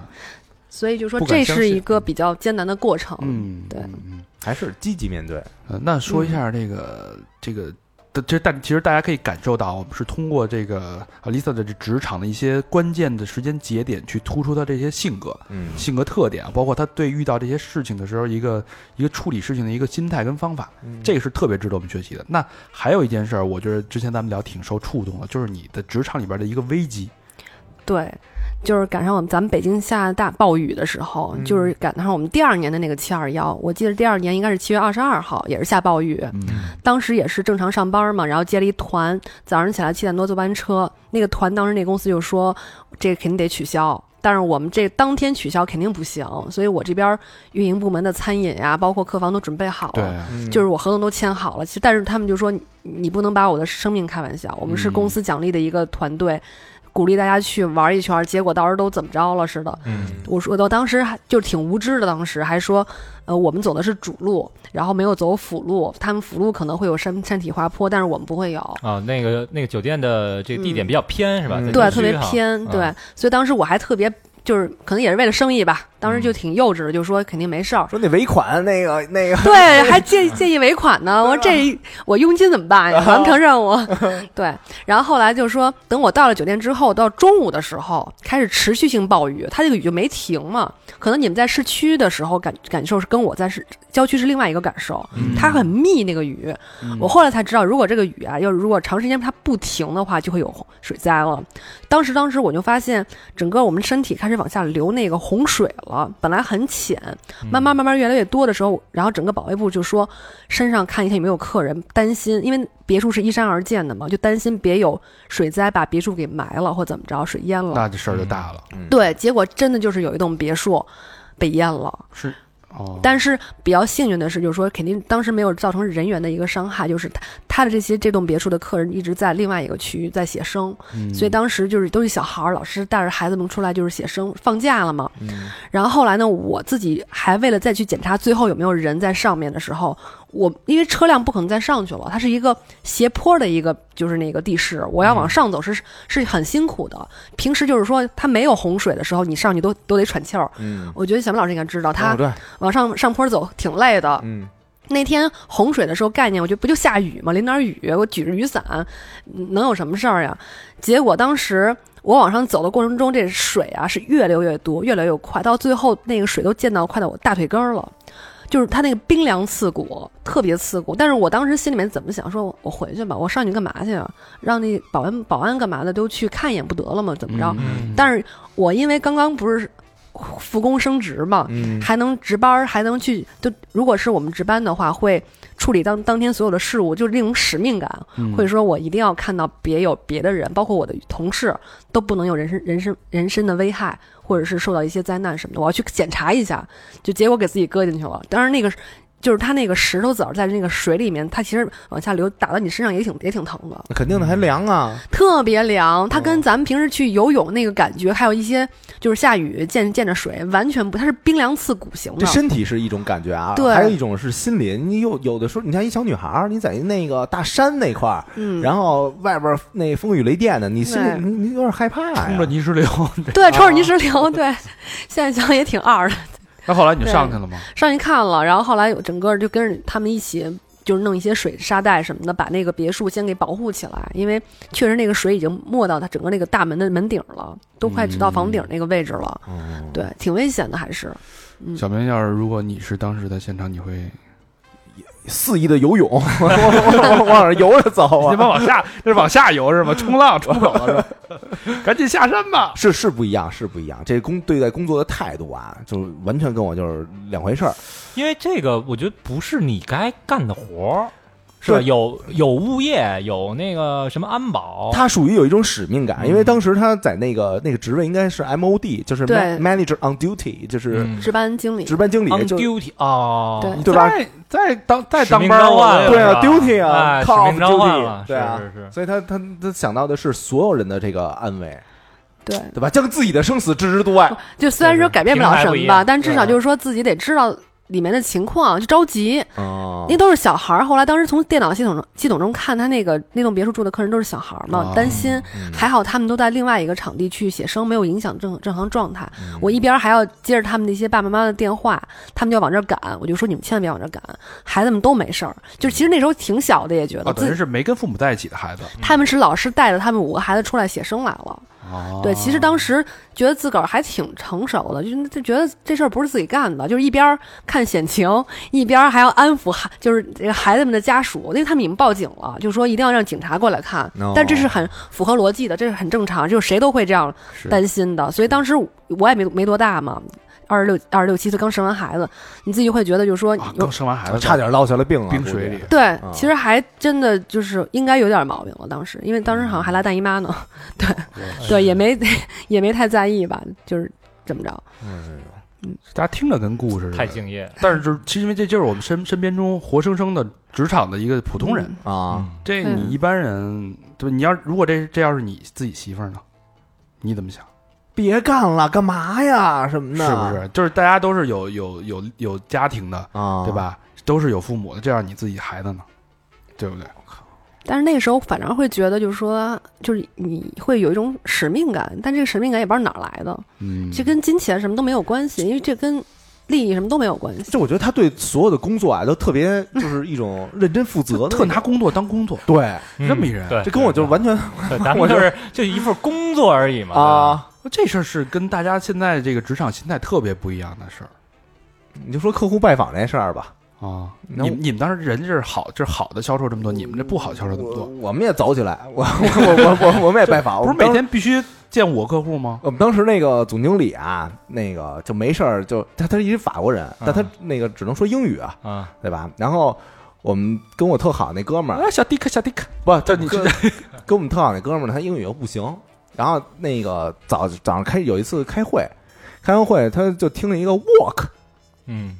S5: 所以就说
S2: 不敢
S5: 这
S2: 相
S5: 是
S2: 信
S5: 一个比较艰难的过程。
S2: 嗯，
S5: 对
S2: 嗯嗯
S3: 还是积极面对，
S2: 呃，那说一下这个、这个。的这但其实大家可以感受到，我们是通过这个啊 Lisa 的这职场的一些关键的时间节点，去突出她这些性格、
S3: 嗯
S2: 性格特点啊，包括她对遇到这些事情的时候，一个一个处理事情的一个心态跟方法。
S3: 嗯
S2: 这个是特别值得我们学习的。那还有一件事儿，我觉得之前咱们聊挺受触动的，就是你的职场里边的一个危机。
S5: 对，就是赶上我们咱们北京下大暴雨的时候，
S3: 嗯
S5: 就是赶上我们第二年的那个七二幺。我记得第二年应该是七月二十二号，也是下暴雨。
S2: 嗯
S5: 当时也是正常上班嘛，然后接了一团，早上起来七点多坐班车。那个团当时那公司就说，这肯定得取消。但是我们这当天取消肯定不行，所以我这边运营部门的餐饮呀、包括客房都准备好
S2: 对
S5: 了。，
S3: 嗯
S5: 就是我合同都签好了，其实但是他们就说你你不能把我的生命开玩笑，我们是
S3: 嗯
S5: 公司奖励的一个团队，鼓励大家去玩一圈，结果到时候都怎么着了似的。
S3: 嗯
S5: 我说我当时还就挺无知的，当时还说，呃，我们走的是主路，然后没有走辅路，他们辅路可能会有山山体滑坡，但是我们不会有。
S4: 啊，那个那个酒店的这个地点
S5: 嗯
S4: 比较偏是吧？
S3: 嗯
S4: 在
S5: 对，
S4: 郊
S5: 特别
S4: 区哈
S5: 偏，对，
S4: 啊
S5: 所以当时我还特别就是可能也是为了生意吧，当时
S3: 嗯
S5: 就挺幼稚的，就说肯定没事儿，
S3: 说那尾款那个那个，
S5: <laughs> 对，还建建议尾款呢。我说这我佣金怎么办呀？完不成任务。对，然后后来就说，等我到了酒店之后，到中午的时候开始持续性暴雨，它这个雨就没停嘛。可能你们在市区的时候感感受是跟我在市郊区是另外一个感受，
S1: 嗯
S2: 嗯
S5: 它很密那个雨。我后来才知道，如果这个雨啊，要是如果长时间它不停的话，就会有水灾了。当时当时我就发现，整个我们身体开始往下流那个洪水了，本来很浅，
S4: 嗯
S5: 慢慢慢慢越来越多的时候，然后整个保卫部就说身上看一下有没有客人，担心因为别墅是依山而建的嘛，就担心别有水灾把别墅给埋了或怎么着，水
S2: 嗯
S5: 淹了。
S2: 那这事儿就大了。
S5: 对，结果真的就是有一栋别墅被淹了。
S2: 是哦，
S5: 嗯但是比较幸运的是，就是说肯定当时没有造成人员的一个伤害，就是他他的这些这栋别墅的客人一直在另外一个区域在写生，
S2: 嗯
S5: 所以当时就是都是小孩儿，老师带着孩子们出来就是写生，放假了嘛。
S3: 嗯
S5: 然后后来呢，我自己还为了再去检查最后有没有人在上面的时候，我因为车辆不可能再上去了，它是一个斜坡的一个就是那个地势，我要往上走是、是很辛苦的。平时就是说它没有洪水的时候，你上去都都得喘气儿。
S3: 嗯，
S5: 啊我觉得小明老师应该知道，他
S3: 哦对，
S5: 往上上坡走挺累的。
S3: 嗯
S5: 那天洪水的时候概念，我觉得不就下雨吗？淋点雨，我举着雨伞，能有什么事儿呀？结果当时我往上走的过程中，这水啊是越流越多，越流越快，到最后那个水都溅到快到我大腿根儿了。啊就是它那个冰凉刺骨，特别刺骨。但是我当时心里面怎么想？说我我回去吧，我上去干嘛去啊？让那保安保安干嘛的都去看一眼不得了吗？怎么着？
S2: 嗯
S5: 但是我因为刚刚不是复工升职嘛，
S3: 嗯，
S5: 还能值班儿，还能去就如果是我们值班的话，会处理当当天所有的事务，就是那种使命感，
S2: 嗯
S5: 会说我一定要看到别有别的人，包括我的同事都不能有人身人身人身的危害，或者是受到一些灾难什么的，我要去检查一下，就结果给自己搁进去了。当然那个。就是它那个石头子儿在那个水里面，它其实往下流，打到你身上也挺也挺疼的，
S3: 那肯定的，还凉啊，
S5: 特别凉。它
S3: 哦
S5: 跟咱们平时去游泳那个感觉，还有一些就是下雨溅溅着水，完全不，它是冰凉刺骨型的。
S3: 这身体是一种感觉啊，
S5: 对
S3: 还有一种是心理。你有有的时候，你像一小女孩儿，你在那个大山那块儿，
S5: 嗯，
S3: 然后外边儿那风雨雷电的，你心
S5: 对
S3: 里你你有点害怕呀。
S2: 冲着泥石流。这
S5: 对，冲着
S3: 啊
S5: 泥石
S3: <laughs>
S5: 流，对，现在想想也挺二的。
S2: 那后来你就上去了吗？
S5: 上去看了，然后后来我整个就跟着他们一起，就是弄一些水沙袋什么的，把那个别墅先给保护起来，因为确实那个水已经没到它整个那个大门的门顶了，都快直到房顶那个位置了。
S3: 嗯，
S5: 对，挺危险的，还是嗯
S2: 小明，要是如果你是当时在现场，你会
S3: 肆意的游泳， <laughs> 我我我往哪游着
S2: <laughs> 你
S3: 走啊？
S2: 妈往下，这是往下游是吗？冲浪冲不了了是吧？赶紧下山吧！
S3: 是是不一样，是不一样。这工对待工作的态度啊，就是完全跟我就是两回事
S2: 哦
S3: 儿。
S4: 因为这个我觉得不是你该干的活儿，是吧？
S3: 对
S4: 有有物业，有那个什么安保，
S3: 他属于有一种使命感，因
S2: 嗯
S3: 为当时他在那个那个职位应该是 MOD，就是
S5: 对
S3: ma- manager on duty，就是
S4: 嗯
S5: 值班经理
S3: 值班经理，
S4: on
S3: 就
S4: duty 哦，
S5: 对
S3: <laughs> 对吧？
S2: 再再当再
S4: 使
S2: 当
S4: 命
S2: 班儿
S4: 召
S2: 我
S4: 唤
S2: 也
S4: 了，
S3: 对啊
S4: 是吧
S3: duty 啊
S4: 哎
S3: call
S4: 使命召
S3: of
S4: 唤
S3: duty，
S4: 了，
S3: 对啊
S4: 是是是。
S3: 所以他他他想到的是所有人的这个安危，
S5: 对，
S3: 对吧？将自己的生死置之度外。
S5: 就虽然
S4: 对
S5: 说
S4: 对
S5: 改变不
S4: 平
S5: 了
S4: 台
S5: 什
S4: 不一
S5: 么
S4: 样
S5: 吧，但至
S3: 对
S5: 少就是说自己得知道里面的情况，就着急。
S3: 哦
S5: 因为都是小孩儿，后来当时从电脑系统中系统中看，他那个那栋别墅住的客人都是小孩儿嘛
S2: 哦，
S5: 担心
S3: 嗯
S5: 还好他们都在另外一个场地去写生，没有影响正正常状态。我一边还要接着他们那些爸爸妈妈的电话，他们就要往这儿赶，我就说你们千万别往这儿赶，孩子们都没事儿。就是其实那时候挺小的，也觉
S2: 哦，
S5: 得自
S2: 等于
S5: 己。
S2: 是没跟父母在一起的孩子。
S5: 他们是老师带着他们五个孩子出来写生来了，
S2: 哦，
S5: 对，其实当时觉得自个儿还挺成熟的，就是就觉得这事儿不是自己干的，就是一边儿看险情，一边儿还要安抚孩，就是这个孩子们的家属，因为他们已经报警了，就说一定要让警察过来看
S3: 哦，
S5: 但这是很符合逻辑的，这是很正常，就是谁都会这样
S2: 是
S5: 担心的，所以当时我也没没多大嘛。二十六、二十六七岁刚生完孩子，你自己会觉得，就是说，
S2: 啊，嗯
S5: 有
S2: 刚生完孩子，
S3: 差点落下了病啊，
S2: 冰水里
S3: 估计。
S5: 对，其实还真的就是应该有点毛病了。当时，因为当时好像还来大姨妈呢，对
S2: 哎
S5: 对，也没 <laughs> 也没太在意吧，就是这么着。
S3: 嗯
S2: 大家听着跟故事似的
S4: 太敬业了，
S2: 但是就是其实因为这就是我们身身边中活生生的职场的一个普通人，
S5: 嗯
S3: 啊，
S2: 这
S5: 嗯
S2: 你一般人对吧，你要如果这这要是你自己媳妇儿呢，你怎么想？
S3: 别干了，干嘛呀？什么
S2: 是
S3: 的，
S2: 不是？就是大家都是有有有有家庭的，
S3: 啊？
S2: 对？吧？都是有父母的，这样你自己孩子呢，对不对？
S5: 但是那时候反而会觉得，就是说，就是你会有一种使命感，但这个使命感也不知道哪儿来的，
S2: 嗯，
S5: 这跟金钱什么都没有关系，因为这跟利益什么都没有关系。
S3: 就我觉得他对所有的工作啊，都特别就是一种认真负责的那种，
S2: 特拿工作当工作，
S3: 对，
S2: 这么一人
S4: 嗯对，
S3: 啊这跟我就是
S4: 对
S3: 完全
S4: 对咱
S3: 我
S4: 们
S3: 就
S4: 就是就一份工作而已嘛，
S3: 啊，
S2: 这事儿是跟大家现在这个职场心态特别不一样的事儿
S3: 你就说客户拜访这事儿吧，
S2: 啊。
S3: 那
S2: 你们你们当时人家是好，这是好的销售这么多，你们这不好销售这么
S3: 我
S2: 多，
S3: 我们也走起来，我我我我我们也拜访，
S2: <laughs> 不
S3: 我
S2: 是
S3: 们
S2: 每
S3: 当时
S2: 天必须见我客户吗？
S3: 我们当时那个总经理啊，那个就没事儿，就他他是一法国人，
S2: 嗯
S3: 但他那个只能说英语啊，
S4: 对啊，
S3: 对吧？然后我们跟我特好那哥们儿，
S2: 啊，小迪克，小迪克，
S3: 不，这
S2: 你
S3: 跟跟我们特好那哥们儿，他英语又不行。然后那个早早上开有一次开会，开完会他就听了一个 walk，
S4: 嗯，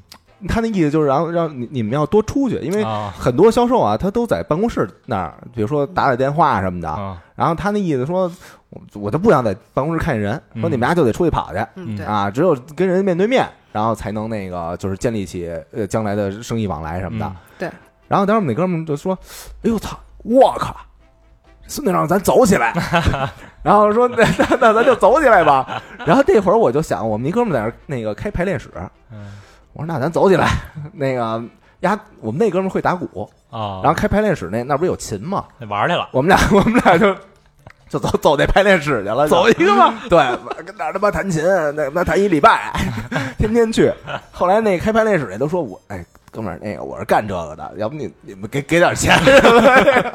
S3: 他那意思就是让让你你们要多出去，因为
S4: 啊
S3: 很多销售啊，他都在办公室那儿，比如说打打电话什么
S2: 嗯
S3: 的。
S4: 啊，
S3: 然后他那意思说，我我都不想在办公室看见人，说
S4: 嗯
S3: 你们俩就得出去跑去
S5: 嗯，
S4: 嗯
S5: 对，
S3: 啊，只有跟人面对面，然后才能那个就是建立起呃将来的生意往来什么的。
S4: 嗯
S3: 然后当时我们那哥们就说：“哎呦操，我靠！”孙队长，咱走起
S4: <laughs>
S3: 来。 <laughs> 然后说：“ <laughs> 那那那咱就走起来
S4: <laughs>
S3: 吧。”然后这会儿我就想，我们一哥们在那儿那个开排练室，
S4: 嗯
S3: 我说：“那咱走起来。”那个呀，我们那哥们会打鼓，
S4: 啊，
S3: 然后开排练室那那不是有琴吗？
S4: 后玩儿去了，
S3: 我们俩我们俩就 <laughs> 就走走那排练室去了，
S2: 走一个吧。
S3: <laughs> 对，跟那儿他妈弹琴，那他妈弹一礼拜， <laughs> 天天去。后来那开排练室那都说我，哎，哥们儿，那个我是干这个的，要不你你们给给点钱 <laughs>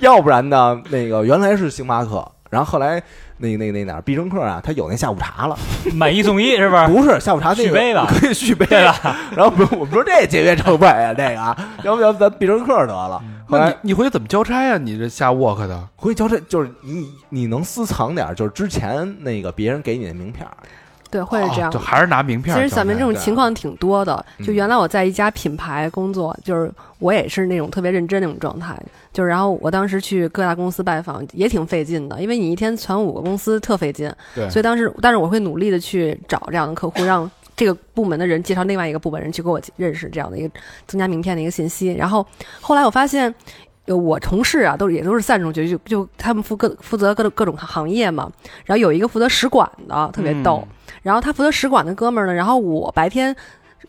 S3: 要不然呢，那个原来是星巴克，然后后来那那那哪儿必胜客啊，他有那下午茶了，
S4: 买一送一是不是？
S3: 不是下午茶那个
S4: 啊续杯吧
S3: 可以续杯
S4: 对
S3: 了。
S4: 吧？
S3: 然后不是，我们说这节约成本啊，这个啊，要不要不咱必胜客得了？后
S2: 那
S3: 来
S2: 你你回去怎么交差啊？你这瞎 walk 的，
S3: 回去交这就是你你能私藏点儿，就是之前那个别人给你的名片儿，
S5: 对，会是这样
S2: 哦就。还是拿名片
S5: 其
S2: 儿交
S5: 实
S2: 差。啊
S5: 小明这种情况挺多的，
S2: 嗯
S5: 就原来我在一家品牌工作，就是我也是那种特别认真那种状态，就是然后我当时去各大公司拜访也挺费劲的，因为你一天传五个公司特费劲，
S2: 对
S5: 所以当时但是我会努力的去找这样的客户，让这个部门的人介绍另外一个部门人去跟我认识这样的一个增加名片的一个信息，然后后来我发现。呃我同事啊，都是也都是散出去，就就他们负各负责各种各种行业嘛。然后有一个负责使馆的，特别
S2: 嗯
S5: 逗，然后他负责使馆的哥们儿呢，然后我白天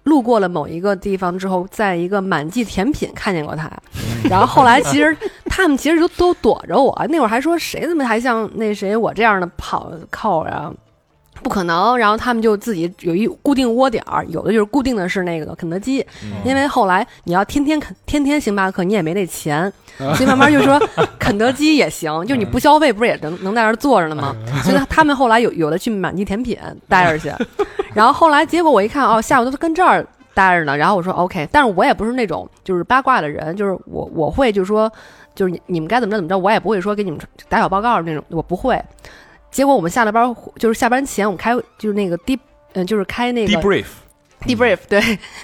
S5: 路过了某一个地方之后，在一个满记甜品看见过他，然后后来其实他们其实都都躲着我，啊那会儿还说谁他妈还像那谁我这样的跑扣啊。不可能，然后他们就自己有一固定窝点儿，有的就是固定的是那个肯德基，因为后来你要天天肯天天星巴克，你也没那钱，所以慢慢就说肯德基也行，就是你不消费不是也能能在那儿坐着呢吗？ <laughs> 所以他们后来有有的去满记甜品待着去，然后后来结果我一看哦，下午都跟这儿待着呢，然后我说 OK，但是我也不是那种就是八卦的人，就是我我会就是说就是你你们该怎么着怎么着，我也不会说给你们打小报告那种，我不会。结果我们下了班儿，就是下班前我们开就是那个 deep，嗯，就是开那个
S2: debrief
S5: debrief 对，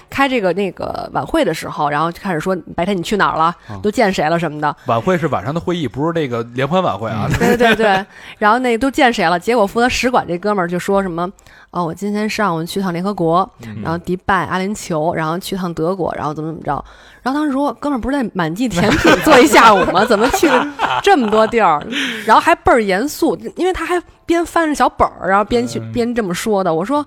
S5: 开这个那个晚会的时候，然后就开始说白天你去哪儿了
S2: 啊，
S5: 都见谁了什么的，
S2: 晚会是晚上的会议，不是那个联欢晚会啊。
S5: 对对对，然后那都见谁了？结果负责使馆这哥们儿就说什么哦，我今天上午去趟联合国，然后迪拜、阿联酋，然后去趟德国，然后怎么怎么着。然后当时说，哥们儿不是在满记甜品坐一下午吗？怎么去了这么多地儿？然后还倍儿严肃，因为他还边翻着小本儿，然后边去边这么说的。我说。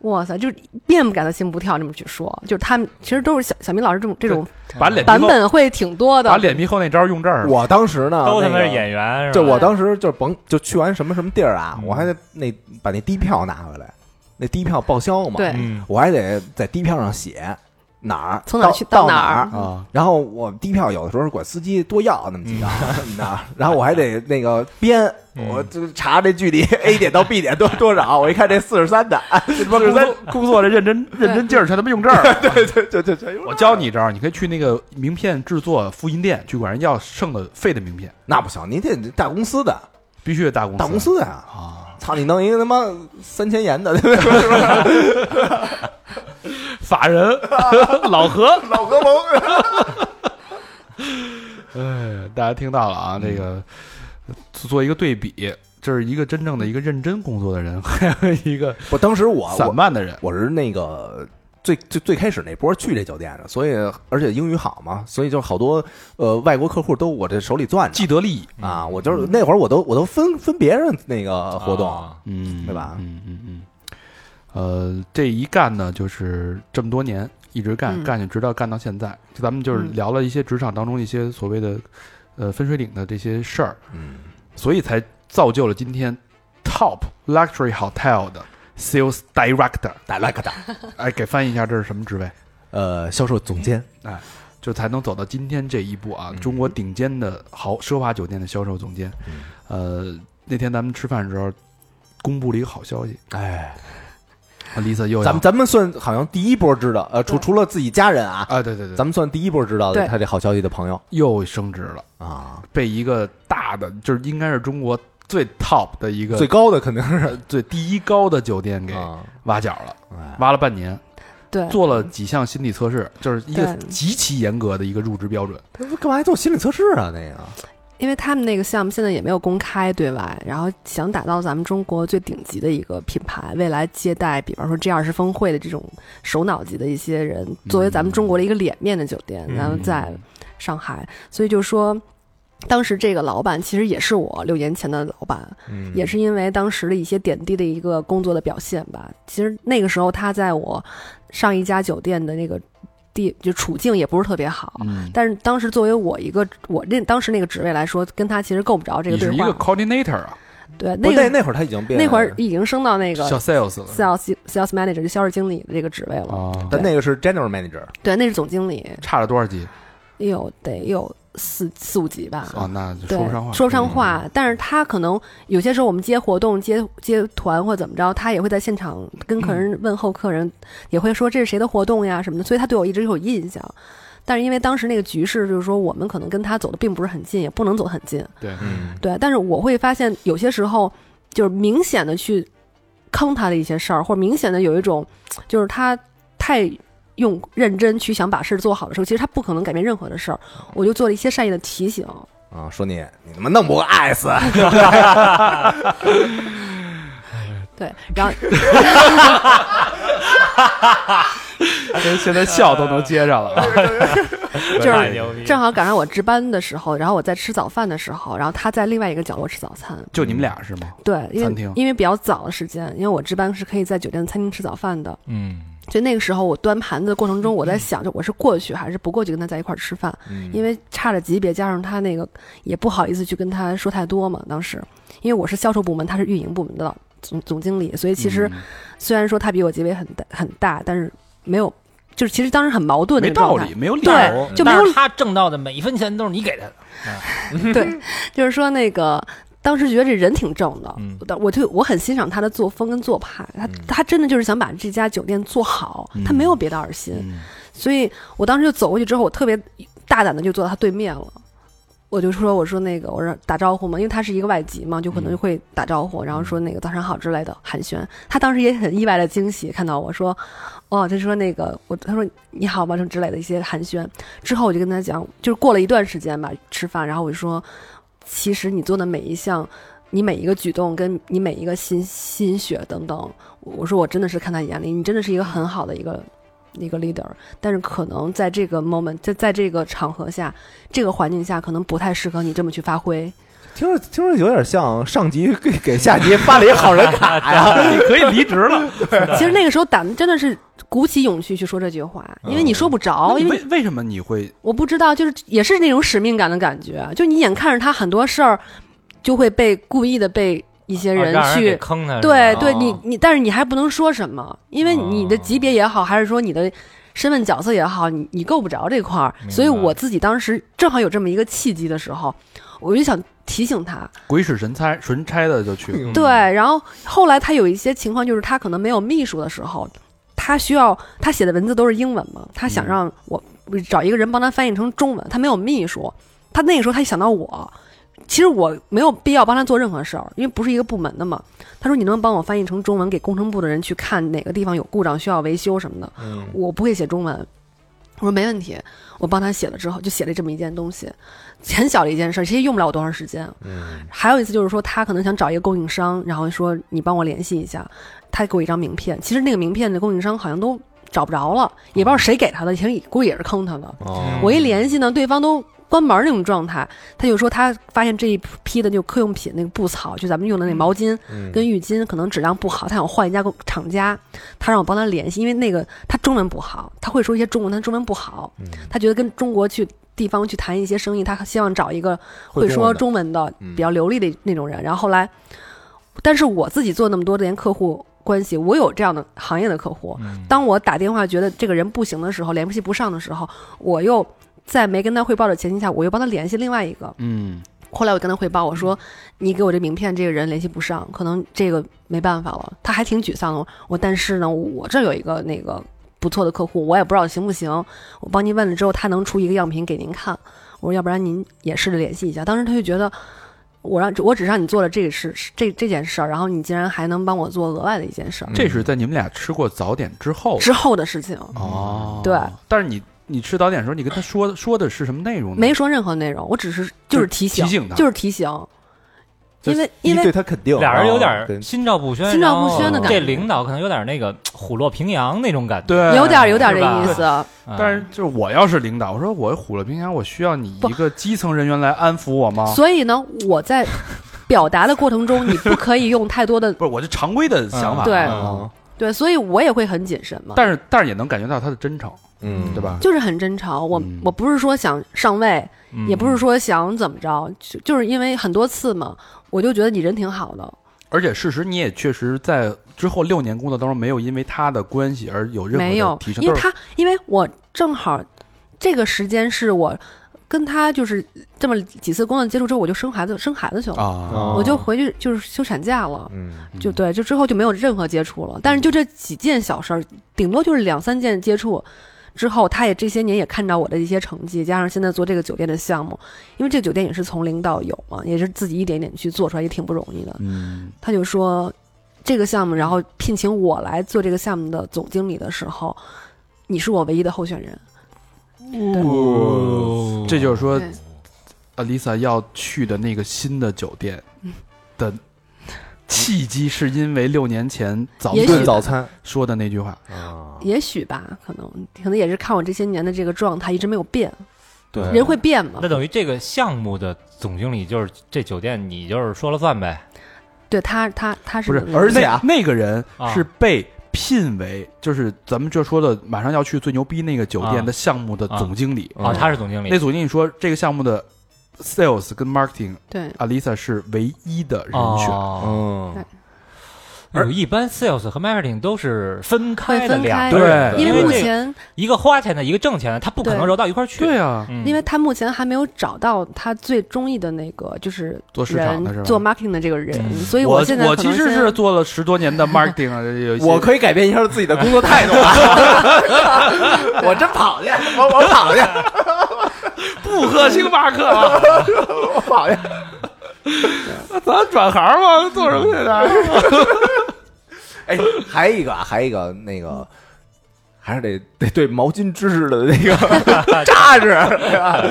S5: 哇塞，就是面不改色心不跳，这么去说，就是他们其实都是小小明老师这种这种
S2: 把脸皮
S5: 版
S2: 厚
S5: 本会挺多的
S2: 把，脸皮厚那招儿用这儿了。
S3: 我当时呢，
S4: 都他
S3: 啊
S4: 妈
S3: 那个
S4: 是演员是
S3: 就
S4: 吧？
S3: 我当时就是甭就去完什么什么地儿啊，
S4: 嗯
S3: 我还得那把那低票拿回来，那低票报销嘛，
S5: 对
S4: 嗯
S3: 我还得在低票上写哪儿
S5: 从哪儿
S3: 到
S5: 去
S3: 到
S5: 到哪
S3: 哪
S5: 儿
S2: 啊，
S3: 然后我低票有的时候管司机多要那么几张什么的，然后我还得那个编，
S4: 嗯
S3: 我就查这距离 <laughs> A 点到 B 点多多少，我一看这四十三的， <laughs>
S2: 这他妈工作工作这认真认真劲儿全他妈用这儿了。
S3: 就就就就
S2: 我教你一招儿，你可以去那个名片制作复印店去管人要剩的废的名片，
S3: 那不行，你得大公司的，
S2: 必须得大公司。
S3: 大公司的呀，
S2: 啊，
S3: 操你弄一个他妈三千元的，对不对？
S2: 法人老何，
S3: 老合 <laughs> 盟，
S2: 哎，大家听到了啊，这个做一个对比，这是一个真正的一个认真工作的人， <laughs> 还有一个
S3: 我当时我
S2: 散
S3: 我
S2: 漫的人。
S3: 我是那个最最最开始那波去这酒店的，所以而且英语好嘛，所以就好多呃外国客户都我这手里攥着
S2: 既得利益，
S3: 啊，我就是那会儿我都我都分分别人那个活动，
S4: 啊
S2: 嗯
S3: 对吧
S2: 嗯嗯嗯，呃，这一干呢，就是这么多年一直干，
S5: 嗯
S2: 干下直到干到现在。就咱们就是
S5: 嗯
S2: 聊了一些职场当中一些所谓的呃分水岭的这些事儿，
S3: 嗯，
S2: 所以才造就了今天 Top Luxury Hotel 的 Sales Director。
S3: 打拉克打，
S2: 哎，给翻译一下，这是什么职位？
S3: 呃，销售总监，
S2: 就才能走到今天这一步啊！
S3: 嗯
S2: 中国顶尖的豪奢华酒店的销售总监，
S3: 嗯
S2: 呃，那天咱们吃饭的时候，公布了一个好消
S3: <gasps>
S2: 息
S3: 哎，
S2: 啊，Lisa 又要
S3: 咱们咱们算好像第一波知道，呃，除
S5: 对
S3: 除了自己家人啊，
S2: 啊，对对对，
S3: 咱们算第一波知道的
S5: 对
S3: 他这好消息的朋友
S2: 又升职了，
S3: 啊，
S2: 被一个大的，就是应该是中国最 top 的一个呃
S3: 最高的肯定是
S2: 最第一高的酒店给
S3: 啊，
S2: 挖角了，
S3: 哎
S2: 挖了半年，
S5: 对，
S2: 做了几项心理测试，就是一个
S5: 对
S2: 极其严格的一个入职标准。
S3: 他干嘛还做心理测试啊？那个
S5: 因为他们那个项目现在也没有公开对外，然后想打造咱们中国最顶级的一个品牌，未来接待比方说 G 二十峰会的这种首脑级的一些人，作为咱们中国的一个脸面的酒店，然后在上海，所以就说。当时这个老板其实也是我六年前的老板，
S3: 嗯
S5: 也是因为当时的一些点滴的一个工作的表现吧。其实那个时候他在我上一家酒店的那个地就处境也不是特别好，
S2: 嗯，
S5: 但是当时作为我一个我那当时那个职位来说，跟他其实够不着这个
S2: 你
S5: 对
S2: 是一
S5: 话
S2: 个。coordinator 啊，
S5: 对，
S3: 嗯
S5: 那
S3: 不是那
S5: 个
S3: 那会儿他已经变
S5: 会儿已经升到那个
S2: 小 sales 了
S5: sales sales manager 就销售经理的这个职位了。
S2: 啊，
S3: 但那个是 general manager，
S5: 对，那是总经理，
S2: 差了多少级
S5: 也有得也有四四五级吧。
S2: 啊？那就
S5: 对，
S2: 说不上话，
S5: 说不上话。嗯但是他可能有些时候我们接活动、接接团或怎么着，他也会在现场跟客人问候客人，也会说这是谁的活动呀什么的，所以他对我一直有印象。但是因为当时那个局势，就是说我们可能跟他走的并不是很近，也不能走很近，
S2: 对，
S3: 嗯，
S5: 对。但是我会发现有些时候就是明显的去坑他的一些事儿，或者明显的有一种就是他太用认真去想把事儿做好的时候，其实他不可能改变任何的事儿。我就做了一些善意的提醒，
S3: 啊，说你你他妈弄不过 S，
S5: 对，
S2: <laughs>
S5: 然后。
S2: 现现在笑都能接上了啊。
S5: 就是
S4: 太牛逼了
S5: 正好赶上我值班的时候，然后我在吃早饭的时候，然后他在另外一个角落吃早餐。
S2: <laughs> 就你们俩是吗？
S5: 对，因
S2: 餐
S5: 为
S2: 厅
S5: 因为比较早的时间，因为我值班是可以在酒店餐厅吃早饭的。
S4: 嗯，
S5: 就那个时候，我端盘子的过程中，
S2: 嗯
S5: 我在想着我是过去还是不过去跟他在一块儿吃饭，
S3: <laughs> 嗯
S5: 因为差着级别，加上他那个也不好意思去跟他说太多嘛。当时因为我是销售部门，他是运营部门的老总总经理，所以其
S2: 嗯
S5: 实虽然说他比我级别很大很大，但是没有，就是其实当时很矛盾的
S2: 没
S5: 一个状
S2: 道
S5: 态
S2: 理，嗯没有理
S5: 对
S2: 由。
S5: 就没有
S4: 嗯但是他挣到的每一分钱都是你给他的，
S5: 对，就是说那个。当时觉得这人挺正的，
S4: 嗯
S5: 但我就我很欣赏他的作风跟做派，他、他真的就是想把这家酒店做好，他没有别的二心，
S2: 嗯
S5: 所以我当时就走过去之后，我特别大胆的就坐到他对面了，我就说我说那个我说打招呼嘛，因为他是一个外籍嘛，就可能就会打招呼，然后说那个早上好之类的寒暄，他当时也很意外的惊喜看到我说，哦，他说那个我他说你好吗什么之类的一些寒暄，之后我就跟他讲，就是过了一段时间吧，吃饭，然后我就说，其实你做的每一项，你每一个举动，跟你每一个心心血等等，我我说我真的是看在眼里，你真的是一个很好的一个一个 leader，但是可能在这个 moment，在在这个场合下，这个环境下，可能不太适合你这么去发
S4: <laughs>
S5: 挥。
S3: 听着听着有点像上级给给下
S5: <laughs>
S3: 级发了一个好人卡呀， <laughs> 你可以离职了，
S5: 其实那个时候胆子真的是鼓起勇气去说这句话，
S4: 嗯
S5: 因为你说不着，
S2: 那
S5: 因为
S2: 为为什么你会
S5: 我不知道，就是也是那种使命感的感觉，啊就你眼看着他很多事儿就会被故意的被一些人
S4: 啊让
S5: 去。
S4: 给坑他，
S5: 对
S4: 是吧
S5: 对，
S3: 哦
S5: 你你，但是你还不能说什么，因
S4: 哦
S5: 为你的级别也好，还是说你的身份角色也好，你你够不着这块儿。
S4: 明白
S5: 所以我自己当时正好有这么一个契机的时候，我就想提醒他。
S2: 鬼使神差、神差的就
S5: <laughs>
S2: 去了？
S4: 嗯
S5: 对，然后后来他有一些情况，就是他可能没有秘书的时候，他需要他写的文字都是英文嘛，他想让我找一个人帮他翻译成中文，他没有秘书，他那个时候他想到我，其实我没有必要帮他做任何事儿，因为不是一个部门的嘛。他说你能帮我翻译成中文给工程部的人去看哪个地方有故障需要维修什么的，
S3: 嗯
S5: 我不会写中文。我说没问题，我帮他写了之后，就写了这么一件东西，很小的一件事，其实用不了我多长时间。
S3: 嗯
S5: 还有一次就是说，他可能想找一个供应商，然后说你帮我联系一下，他给我一张名片。其实那个名片的供应商好像都找不着了，也不知道谁给他的，其实估计也是坑他的。
S3: 哦
S5: 嗯我一联系呢，对方都关门那种状态，他就说他发现这一批的就客用品那个布草，就咱们用的那毛巾
S3: 嗯
S5: 跟浴巾可能质量不好，他想换一家供厂家，他让我帮他联系，因为那个他中文不好，他会说一些中文，但中文不好，
S3: 嗯
S5: 他觉得跟中国去地方去谈一些生意，他希望找一个会说中文的
S3: 嗯
S5: 比较流利的那种人。然后后来，但是我自己做那么多年客户关系，我有这样的行业的客户，当我打电话觉得这个人不行的时候，联系不上的时候，我又在没跟他汇报的前提下，我又帮他联系另外一个。
S2: 嗯，
S5: 后来我跟他汇报，我说你给我这名片，这个人联系不上，可能这个没办法了。他还挺沮丧的。我但是呢，我这有一个那个不错的客户，我也不知道行不行。我帮您问了之后，他能出一个样品给您看。我说要不然您也试着联系一下。当时他就觉得我让我只让你做了这个事这这件事儿，然后你竟然还能帮我做额外的一件事儿，
S2: 这是在你们俩吃过早点之后
S5: 之后的事情
S2: 哦，
S5: 嗯对。
S2: 但是你你吃早点的时候，你跟他说说的是什么内容呢？
S5: 没说任何内容，我只是就是提醒，
S2: 提醒啊他
S5: 就是提醒，
S3: 就
S5: 因
S3: 是
S5: 为
S3: 一
S5: 因为
S3: 对他肯定，
S4: 俩人有
S3: 然后
S4: 点
S3: 跟
S4: 心照不宣，
S5: 心照不宣
S3: 的
S4: 然后
S3: 感觉
S4: 这领导可能有点那个虎落平阳那种感觉。
S2: 对，
S5: 有点有点这
S4: 是吧
S5: 意思，
S4: 嗯
S2: 但是就是我要是领导，我说我虎了平阳，我需要你
S5: 不
S2: 一个基层人员来安抚我吗？
S5: 所以呢，我在表达的过程中，你不可以用太多
S2: <laughs>
S5: 的
S2: 不是，我就常规的想法。
S5: 对
S4: 嗯
S3: 啊，
S5: 对，所以我也会很谨慎嘛。
S2: 但是但是也能感觉到他的真诚，
S3: 嗯，
S2: 对？吧？
S5: 就是很真诚，我、
S2: 嗯
S5: 我不是说想上位，
S4: 嗯
S5: 也不是说想怎么着，就就是因为很多次嘛，我就觉得你人挺好的，
S2: 而且事实你也确实在之后六年工作当中，没有因为他的关系而有任何
S5: 没
S2: 的
S5: 有
S2: 提，升，
S5: 因
S2: 都
S5: 为
S2: 是
S5: 他因为我正好这个时间是我跟他就是这么几次工作接触之后，我就生孩子生孩子去了，
S2: 啊
S5: 我就回去就是休产假了。
S3: 嗯，
S5: 就对，就之后就没有任何接触了。但是就这几件小事儿，顶多就是两三件接触之后，他也这些年也看到我的一些成绩，加上现在做这个酒店的项目，因为这个酒店也是从零到有嘛，也是自己一点点去做出来，也挺不容易的。
S2: 嗯
S5: 他就说这个项目，然后聘请我来做这个项目的总经理的时候，你是我唯一的候选人。
S2: 哦这就是说
S5: 对，
S2: ，Alisa 要去的那个新的酒店的契机，是因为六年前早
S5: 也许
S3: 一顿
S2: 顿
S3: 早餐
S2: 说的那句话。
S3: 啊，
S5: 也许吧，可能可能也是看我这些年的这个状态一直没有变，
S3: 对
S5: 人会变嘛
S4: 那。等于这个项目的总经理就是这酒店，你就是说了算呗。
S5: 对他，他他是
S2: 不是
S5: 那个
S3: 而且啊
S2: 那那个人
S4: 啊
S2: 是被聘为，就是咱们这说的马上要去最牛逼那个酒店的项目的总经理。
S4: 啊，
S3: 嗯
S4: 他是总经
S2: 那
S4: 理，
S2: 总经理说，这个项目的 sales 跟 marketing，
S5: 对
S2: 阿 l i s a 是唯一的人选。
S4: 哦，
S3: 嗯
S4: 有一般 sales 和 marketing 都是分
S5: 会
S4: 开的
S5: 分
S4: 俩
S5: 开，
S2: 对
S5: 因为目
S4: 这个
S5: 前
S4: 一个花钱的，一个挣钱的，他不可能
S5: 对
S4: 揉到一块儿去。
S2: 对啊，
S4: 嗯，
S5: 因为他目前还没有找到他最中意的那个，就是
S2: 做市场的是吧
S5: 人做 marketing 的这个人，
S4: 嗯
S5: 所以
S2: 我
S5: 现在
S2: 我
S5: 可能
S2: 其实
S5: 先
S2: 是做了十
S5: <laughs>
S2: 多年的 marketing，啊有一些
S3: 我可以改变一下自己的工作态度啊！我真跑去，我我跑去，
S2: 不喝星巴克啊，
S3: 我跑去。
S2: <laughs> 咱转行嘛，做什么去的？
S3: 哎，还有一个 <laughs> 啊，还有一个那个，还是得得对毛巾知识的那 <laughs> 个扎实，对吧？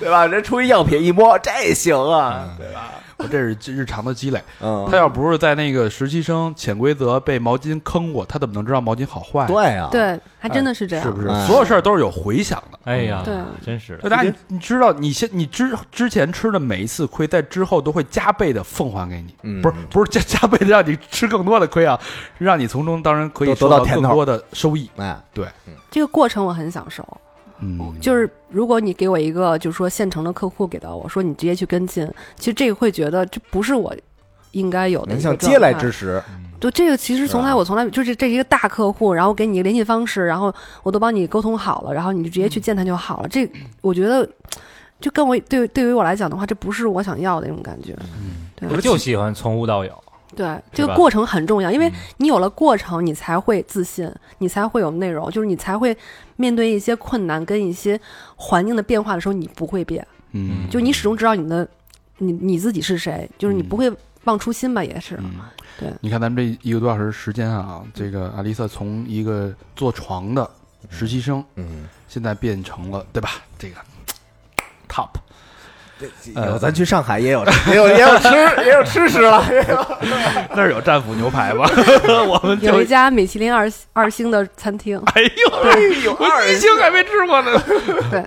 S3: 对吧？人出一样品一摸，这行啊，对吧？
S2: 我这是日常的积累。
S3: 嗯
S2: 他，要不是在那个实习生潜规则被毛巾坑过，他怎么能知道毛巾好坏？
S3: 对啊，
S5: 对，啊还真的是这样，
S2: 是不是
S3: 哎？
S2: 所有事儿都是有回响的。
S4: 哎呀，
S5: 对
S4: 真是
S2: 就大家，你知道，你先你之之前吃的每一次亏，在之后都会加倍的奉还给你，
S3: 嗯
S2: 不是不是加加倍的让你吃更多的亏啊，让你从中当然可以
S3: 都
S2: 收
S3: 得到甜
S2: 更
S3: 头
S2: 多的收益。
S3: 哎，
S5: 这个过程我很享受。
S2: 嗯，
S5: 哦就是如果你给我一个，就是说现成的客户给到我说你直接去跟进，其实这个会觉得这不是我应该有的一
S3: 能
S5: 个
S3: 像
S5: 状
S3: 嗟来
S5: 态
S3: 之食，
S5: 就这个其实从
S3: 是
S5: 来
S3: 吧
S5: 我从来就是这是一个大客户，然后给你一个联系方式，然后我都帮你沟通好了，然后你就直接去见他就好了。这我觉得，就跟我对对于我来讲的话，这不是我想要的那种感觉。
S4: 我就喜欢从无到有，
S5: 对，这个
S4: 吧
S5: 过程很重要，因为你有了过程，你才会自信，你才会有内容，就是你才会面对一些困难跟一些环境的变化的时候，你不会变，
S2: 嗯，
S5: 就你始终知道你的你你自己是谁，就是你
S2: 嗯
S5: 不会忘初心吧，也是。
S2: 你看咱们这一个多小时时间啊，这个阿丽萨从一个做床的实习生，
S3: 嗯，
S2: 现在变成了对吧？这个 top，
S3: 呃，咱去上海也 <laughs> 有也有也有吃也有吃食了， <laughs>
S2: 那儿有战斧牛排吗？我们就
S5: 有一家米其林二二星的餐厅，
S2: 哎呦，有二一星还没吃过呢。
S5: 对，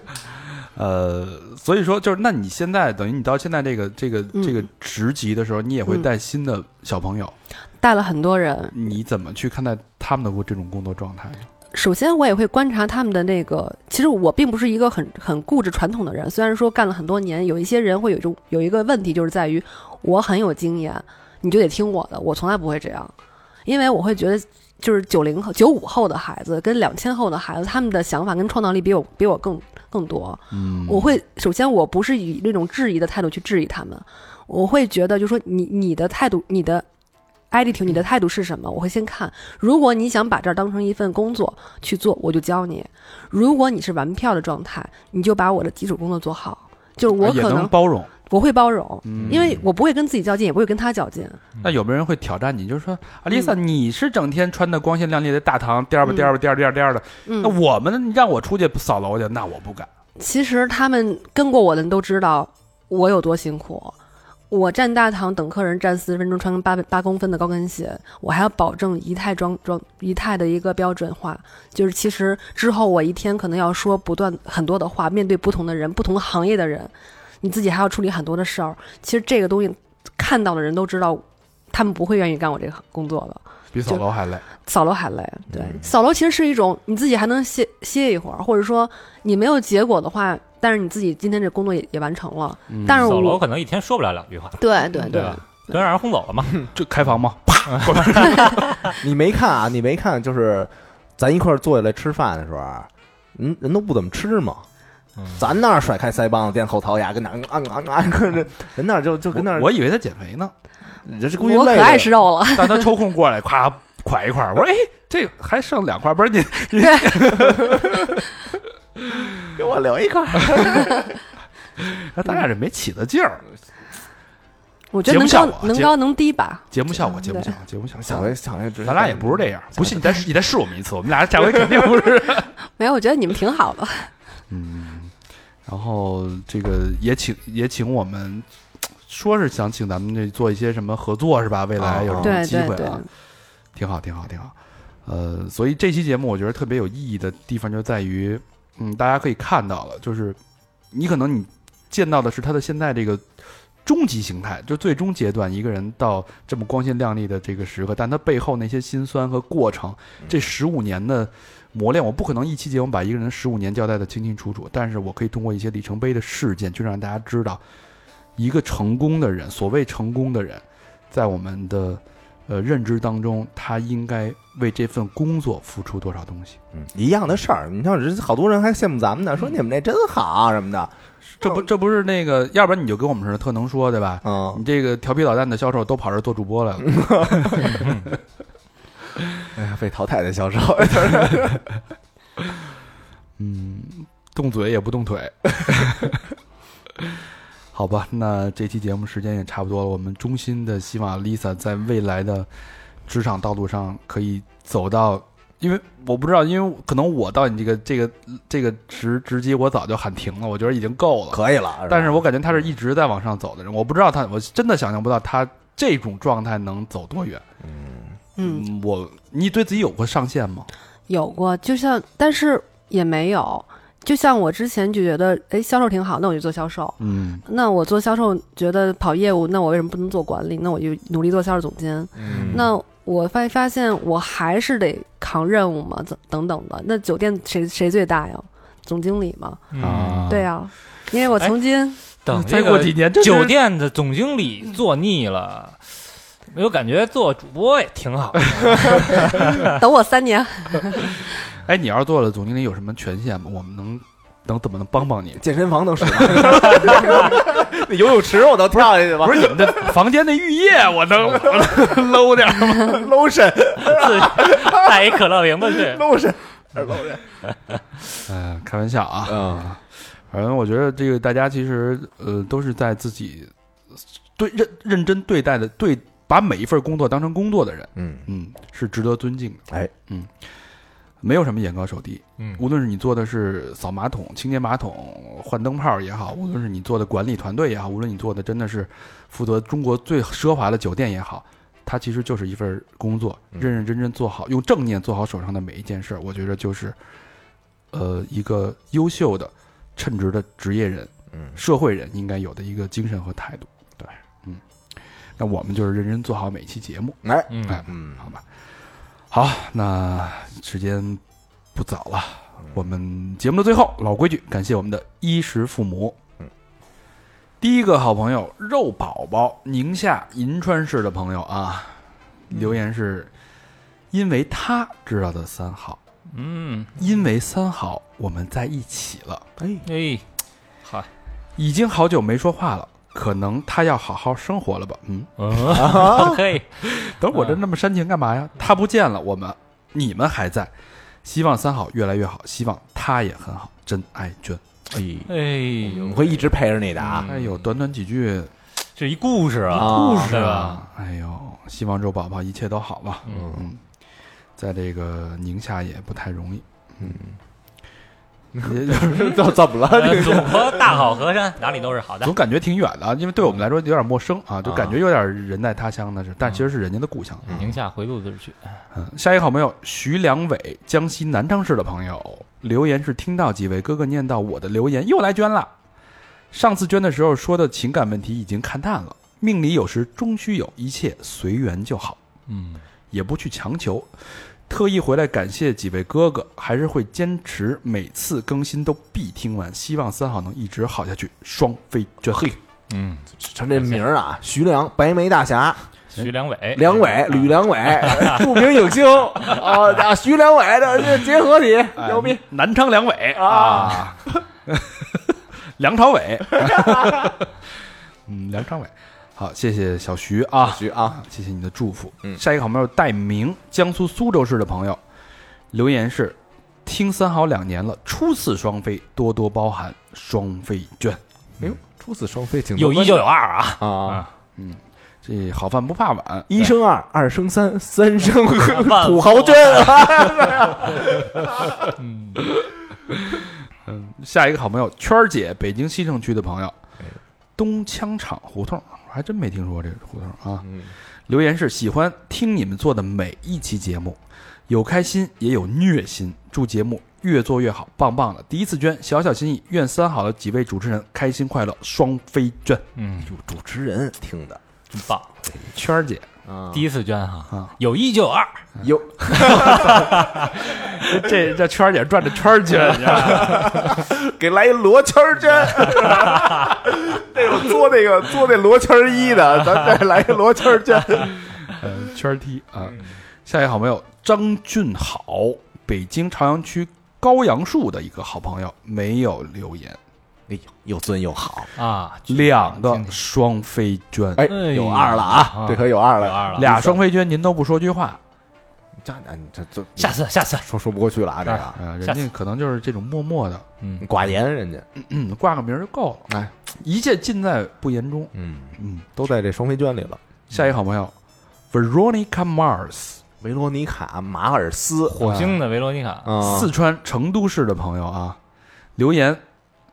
S2: 呃，所以说就是，那你现在等于你到现在这个这个
S5: 嗯
S2: 这个职级的时候，你也会带新的小朋友，
S5: 带了很多人。
S2: 你怎么去看待他们的这种工作状态？
S5: 首先，我也会观察他们的那个。其实我并不是一个很很固执传统的人，虽然说干了很多年，有一些人会有一种有一个问题，就是在于我很有经验，你就得听我的。我从来不会这样，因为我会觉得，就是九零后、九五后的孩子跟两千后的孩子，他们的想法跟创造力比我比我更更多。
S2: 嗯
S5: 我会首先我不是以那种质疑的态度去质疑他们，我会觉得就说你你的态度，你的 attitude，你的态度是什么？我会先看，如果你想把这儿当成一份工作去做，我就教你；如果你是玩票的状态，你就把我的基础工作做好。就是我
S2: 啊也
S5: 可能
S2: 能包容，
S5: 我会包容，
S2: 嗯
S5: 因为我不会跟自己较劲，也不会跟他较劲。
S2: 那有没有人会挑战你？就是说，阿丽萨，你是整天穿的光鲜亮丽的大堂，颠儿吧颠儿吧颠儿颠儿颠儿的。那
S5: 嗯，
S2: 我们让我出去扫楼去，那我不敢。
S5: 其实他们跟过我的人都知道我有多辛苦。我站大堂等客人站四十分钟，穿八八公分的高跟鞋，我还要保证仪态装装仪态的一个标准化。就是其实之后我一天可能要说不断很多的话，面对不同的人、不同行业的人，你自己还要处理很多的事儿。其实这个东西看到的人都知道，他们不会愿意干我这个工作了。
S2: 比扫楼还累。
S5: 扫楼还累，对，扫楼其实是一种你自己还能歇歇一会儿，或者说你没有结果的话，但是你自己今天这工作也也完成了。但是
S4: 扫楼
S5: 我
S4: 可能一天说不了两句话，
S5: 对对
S4: 对啊
S5: 对
S4: 吧？都让人轰走了嘛。
S2: 这开房吗？
S3: 你没看啊？你没看就是咱一块儿坐下来吃饭的时候啊，人人都不怎么吃嘛。咱那儿甩开腮帮子垫后槽牙，跟那儿啊啊啊，跟着人那儿就就跟那儿，
S2: 我以为他减肥呢，
S3: 人是估计
S5: 我可
S3: 累
S5: 爱
S3: 的
S5: 吃肉了， <laughs>
S2: 但他抽空过来，夸蒯一块儿。我说，哎，这还剩两块，不是你
S3: 给我留一块儿。 <laughs>
S2: 咱俩这没起的劲儿。
S5: 我觉得能
S2: 节目
S5: 高
S2: 效果
S5: 能高能低吧。
S2: 节目效果，节目效果，节目效
S3: 想
S2: 果。
S3: 来想来，只
S2: 咱俩也不是这样，不信你再试你再试我们一次，我们俩下回肯定不是。
S5: 没有，我觉得你们挺好的。
S2: 嗯，然后这个也请也请我们，说是想请咱们这做一些什么合作是吧？未来有什么
S5: 哦对
S2: 机
S5: 对
S2: 会
S5: 对
S2: 啊？挺好，挺好，挺好。呃，所以这期节目我觉得特别有意义的地方就在于，嗯，大家可以看到了，就是你可能你见到的是他的现在这个终极形态，就最终阶段，一个人到这么光鲜亮丽的这个时刻，但他背后那些辛酸和过程，这十五年的磨练，我不可能一期节目把一个人十五年交代的清清楚楚，但是我可以通过一些里程碑的事件，去让大家知道，一个成功的人，所谓成功的人，在我们的呃认知当中，他应该为这份工作付出多少东西。
S3: 嗯一样的事儿。你像人好多人还羡慕咱们呢，说你们这真好啊什么的。
S2: 这哦不这不是那个，要不然你就跟我们似的特能说，对吧？你
S3: 嗯，
S2: 这个调皮捣蛋的销售都跑这儿做主播来了，
S3: 哎呀，被淘汰的销售，
S2: 嗯， <laughs> 动嘴也不动腿。 <laughs> 好吧，那这期节目时间也差不多了。我们衷心的希望 Lisa 在未来的职场道路上可以走到，因为我不知道，因为可能我到你这个这个这个职职级，我早就喊停了，我觉得已经够了。
S3: <laughs> 可以了。吧
S2: 但是我感觉他是一直在往上走的人，我不知道他，我真的想象不到他这种状态能走多远。
S5: 嗯，，
S2: 我你对自己有过上限吗？
S5: 有过，就像但是也没有，就像我之前就觉得，哎，销售挺好，那我就做销售。
S2: 嗯
S5: 那我做销售觉得跑业务，那我为什么不能做管理？那我就努力做销售总监。
S3: 嗯
S5: 那我发发现我还是得扛任务嘛，怎等等的。那酒店谁谁最大呀？总经理嘛，
S4: 嗯
S2: 啊，
S5: 对呀、因为我曾经
S4: 等
S2: 嗯再
S4: 这
S2: 过
S4: 个
S2: 几年，这是
S4: 酒店的总经理做腻了，没有感觉做主播也挺好的。
S5: 等我三年，
S2: 哎，你要是做了总经理，有什么权限吗？我们能能怎么能帮帮你？
S3: 健身房都 <laughs> 是，那游泳池我都跳下去了
S2: 不。是你们 <laughs> 的房间的浴液，我能我 <laughs> 能搂点儿吗？
S3: lotion
S4: 自己 <laughs> 带一可乐瓶子去。
S3: lotion lotion，
S2: 嗯、开玩笑啊，
S3: 嗯，
S2: 反正我觉得这个大家其实呃都是在自己对认认真对待的对，把每一份工作当成工作的人，
S3: 嗯，
S2: 嗯，是值得尊敬的。
S3: 哎，
S2: 嗯，没有什么眼高手低，
S4: 嗯
S2: 无论是你做的是扫马桶、清洁马桶、换灯泡也好，无论是你做的管理团队也好，无论你做的真的是负责中国最奢华的酒店也好，它其实就是一份工作，
S3: 嗯
S2: 认认真真做好，用正念做好手上的每一件事儿，我觉得就是，呃，一个优秀的、称职的职业人，
S3: 嗯
S2: 社会人应该有的一个精神和态度。对，嗯，那我们就是认真做好每一期节目。
S3: 哎，
S4: 嗯
S2: 哎
S3: 嗯，
S2: 好吧，好，那时间不早了，我们节目的最后，老规矩，感谢我们的衣食父母。
S3: 嗯，
S2: 第一个好朋友肉宝宝，宁夏银川市的朋友啊，留言是因为他知道的三好，
S4: 嗯，
S2: 因为三好我们在一起了，
S3: 哎，
S4: 哎，好，
S2: 已经好久没说话了。可能他要好好生活了吧？嗯，
S4: 嗯，可以，
S2: 等我
S4: 嗯
S2: 这那么煽情干嘛呀？他不见了，我们你们还在，希望三好越来越好，希望他也很好，真爱娟。
S3: 哎，
S4: 哎
S3: 我
S4: 呦，
S3: 们会一直陪着你的啊。
S2: 哎呦，短短几句
S4: 这一故事啊，
S3: 故
S4: 对吧？
S2: 啊，哎呦，希望周宝宝一切都好吧。
S4: <laughs> 嗯
S2: 嗯，在这个宁夏也不太容易。嗯，也
S3: <laughs> 怎怎么了？
S4: 呃祖国大好河山，哪里都是好的
S2: 总。感觉挺远的，因为对我们来说有点陌生啊，就
S4: 啊
S2: 感觉有点人在他乡的是，但其实是人家的故乡。
S4: 宁夏回路就是去，
S2: 嗯，下一个好朋友徐良伟，江西南昌市的朋友留言是听到几位哥哥念到我的留言，又来捐了。上次捐的时候说的情感问题已经看淡了，命里有时终须有，一切随缘就好，
S4: 嗯，
S2: 也不去强求。特意回来感谢几位哥哥，还是会坚持每次更新都必听完，希望三好能一直好下去。双飞捐嘿，
S4: 嗯，
S3: 瞧这名儿啊，徐良，白眉大侠，
S4: 徐良伟，
S3: 梁伟，吕良 <laughs> 伟，著名影星啊啊，徐良伟的这结合体，牛逼！
S2: 南昌梁伟
S3: 啊，
S2: <laughs> 梁朝伟，嗯，梁朝伟，好，谢谢小徐啊，
S3: 徐啊，
S2: 谢谢你的祝福。
S3: 嗯
S2: 下一个好朋友戴明，江苏苏州市的朋友，留言是：听三好两年了，初次双飞，多多包涵，双飞卷。
S3: 哎呦，初次双飞，请
S4: 有一就有二啊，
S3: 啊！
S2: 这好饭不怕晚，
S3: 一生二，二生三，三
S4: <laughs>
S3: 生
S4: 万
S3: 土豪捐
S4: 哎
S3: 啊！
S2: 下一个好朋友圈儿姐，北京西城区的朋友，东枪厂胡同，还真没听说这个胡同啊。留言是喜欢听你们做的每一期节目，有开心也有虐心，祝节目越做越好，棒棒的！第一次捐，小小心意，愿三好的几位主持人开心快乐，双飞捐。
S4: 嗯，
S3: 哎主主持人听的
S4: 真棒。
S2: 圈儿姐，
S3: 啊
S4: 第一次捐哈
S2: 啊，
S4: 有一就有二，
S3: 有
S2: 这这圈儿姐转着圈儿捐，
S3: 给来一罗圈儿
S4: <laughs>
S3: 针，那种做那个做那罗圈儿衣的，咱再来一罗圈儿针。
S2: 嗯，圈儿踢啊。下一个好朋友张俊好，北京朝阳区高杨树的一个好朋友，没有留言，
S3: 哎呦，又尊又好，
S4: 啊，
S2: 两个
S4: 听听
S2: 双飞捐，
S3: 哎，
S4: 哎
S3: 有二了啊
S4: 啊，
S3: 这可有二了，
S4: 有二了
S2: 俩双飞捐，您都不说句话，
S3: 这你这这
S4: 下次下次，
S3: 说说不过去了啊，这个
S2: 啊，人
S4: 下次
S2: 家可能就是这种默默的，
S4: 嗯，
S3: 寡言人家，
S2: 嗯，挂个名儿就够了，
S3: 哎，
S2: 一切尽在不言中，
S3: 嗯，
S2: 嗯。
S3: 都在这双飞娟里了。
S2: 下一个好朋友 Veronica Mars，
S3: 维罗妮卡·马尔斯，
S4: 火星的维罗妮卡，
S3: 啊
S2: 四川成都市的朋友啊，留言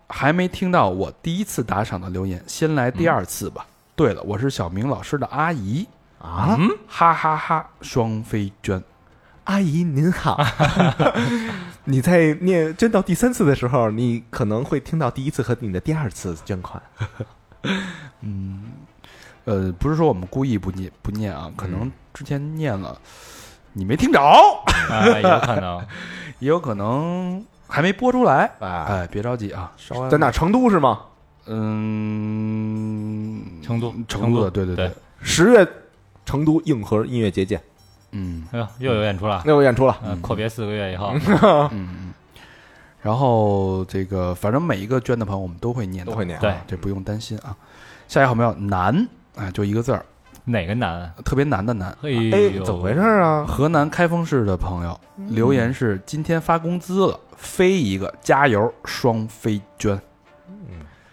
S2: 还没听到我第一次打赏的留言，先来第二次吧。对了，我是小明老师的阿姨，
S3: 啊，
S2: 哈哈哈双飞娟，
S3: 阿姨您好， <laughs> 你在念捐到第三次的时候，你可能会听到第一次和你的第二次捐款。
S2: 呃，不是说我们故意不念不念啊，可能之前念了，你没听着，
S4: 啊，有可能，
S2: 也有可能还没播出来。
S3: 哎，
S2: 哎，别着急啊，稍微
S3: 在哪儿？成都是吗？
S2: 嗯，
S4: 成都
S2: 成都的，对
S4: 对
S2: 对，，
S3: 十月成都硬核音乐节见，
S2: 嗯
S4: 哎呦，又有演出了，
S3: 那我演出了。
S4: 呃，阔别四个月以后
S2: 嗯嗯。然后这个，反正每一个捐的朋友，我们都会念到，
S3: 都会念
S4: 对
S2: 啊这不用担心啊。下一个好朋友难，哎，就一个字儿，
S4: 哪个难啊？
S2: 特别难的难。
S4: 哎
S3: 哎
S4: 呦，，
S3: 怎么回事？啊？
S2: 河南开封市的朋友留言是：今天发工资了，飞一个，加油，双飞
S3: <laughs>
S2: 捐。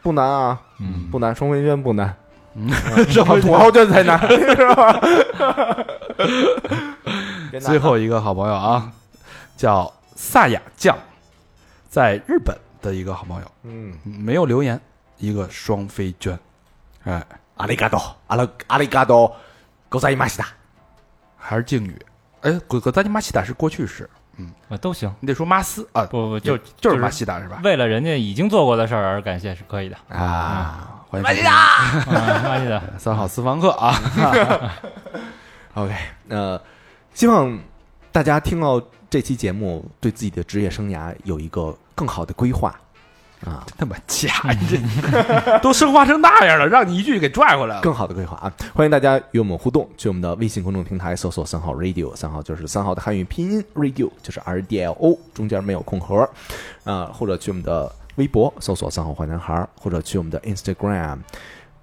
S3: 不难啊，
S4: 嗯，
S3: 不难，双飞娟不难，
S2: 嗯
S3: 土
S2: <laughs>
S3: 豪土豪捐才难，是吧？别拿
S2: 最后一个好朋友啊，叫萨雅酱，在日本的一个好朋友，
S3: 嗯，
S2: 没有留言，一个双飞捐。哎，
S3: 阿里嘎多，阿拉阿里嘎多，ございました。
S2: 还是敬语。哎，哥哥，咱尼玛西达是过去式，
S4: 啊都行，
S2: 你得说马斯啊，
S4: 不不就
S2: 也就是马西达是吧？
S4: 为了人家已经做过的事儿而感谢是可以的，
S3: 啊
S2: 欢迎收听
S4: 啊，可以的，
S2: 三好私房课啊。
S3: <laughs> ，OK，呃，希望大家听到这期节目，对自己的职业生涯有一个更好的规划啊，
S2: 他妈假，你这 <laughs> 都生化成那样了，让你一句给拽回来了。
S3: 更好的规划啊！欢迎大家与我们互动，去我们的微信公众平台搜索“三号 radio”，三号就是三号的汉语拼音，radio 就是 R D L O，中间没有空格，啊、或者去我们的微博搜索“三号坏男孩”，或者去我们的 Instagram，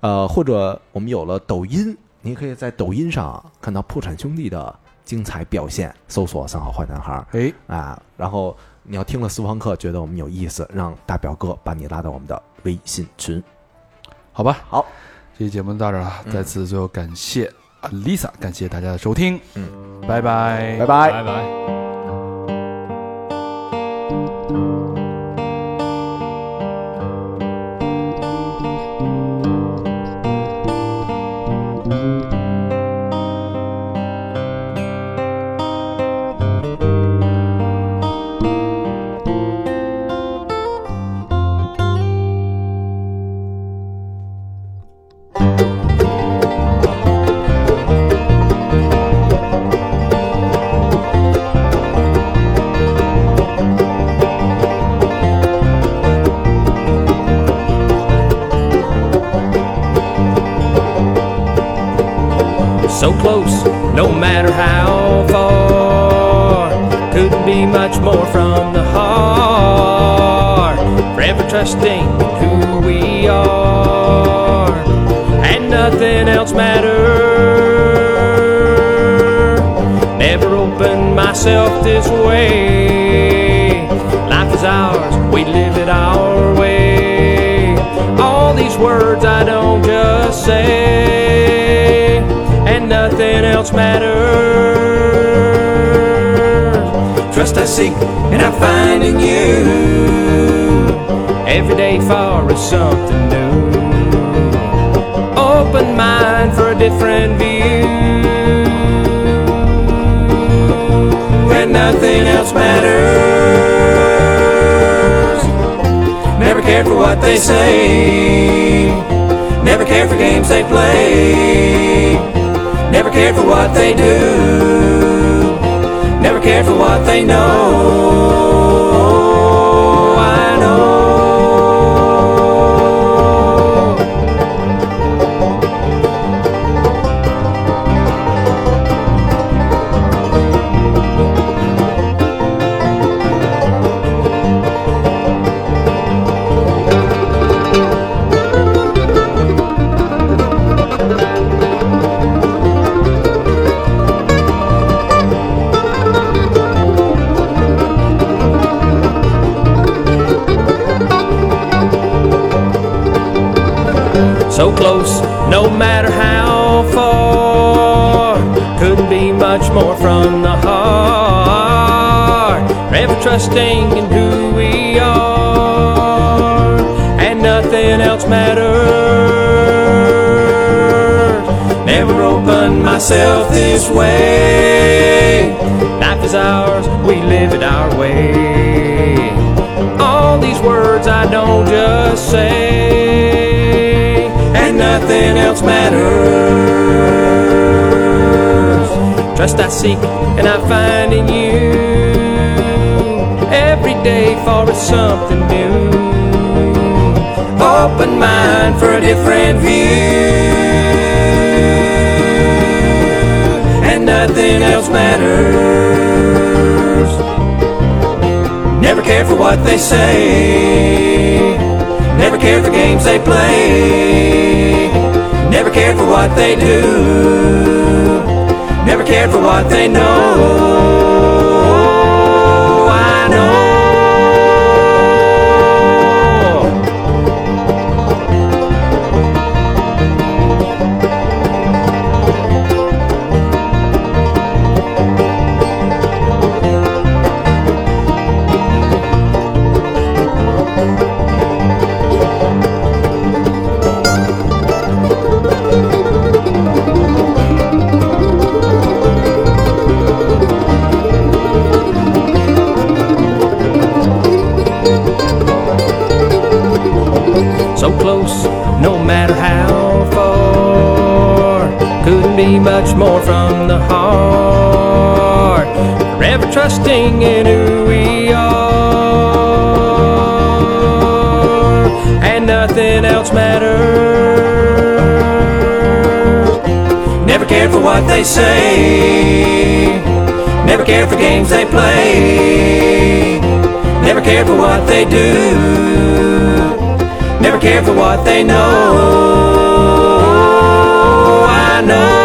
S3: 呃，或者我们有了抖音，您可以在抖音上看到破产兄弟的精彩表现，搜索“三好坏男孩
S2: 哎，”
S3: 啊。然后你要听了私房课，觉得我们有意思，让大表哥把你拉到我们的微信群。
S2: 好吧，
S3: 好，
S2: 这期节目就到这儿了，
S3: 嗯
S2: 再次最后感谢啊 Lisa，感谢大家的收听，嗯，拜拜，
S3: 拜拜。
S4: 拜拜。
S6: so close, no matter how far. Couldn't be much more from the heart. Forever trusting who we are, and nothing else matters. Never opened myself this way. Life is ours, we live it our way. All these words I don't just say, and nothing else matters. Trust I seek, and I find in you. Every day far is something new. Open mind for a different view when nothing else matters. Never cared for what they say. Never cared for games they play. Never cared for what they do. Never cared for what they know. Oh, I know. so close, no matter how far. Couldn't be much more from the heart. Forever trusting in who we are, and nothing else matters. Never opened myself this way. Life is ours, we live it our way. All these words I don't just say, and nothing else matters. Trust I seek, and I find in you. Every day for it's something new. Open mind for a different view, and nothing else matters. Never cared for what they say. Never cared for games they play. Never cared for what they do. Never cared for what they know. I know. so close, no matter how far. Couldn't be much more from the heart. Forever trusting in who we are, and nothing else matters. Never cared for what they say. Never cared for games they play. Never cared for what they do never cared for what they know. I know.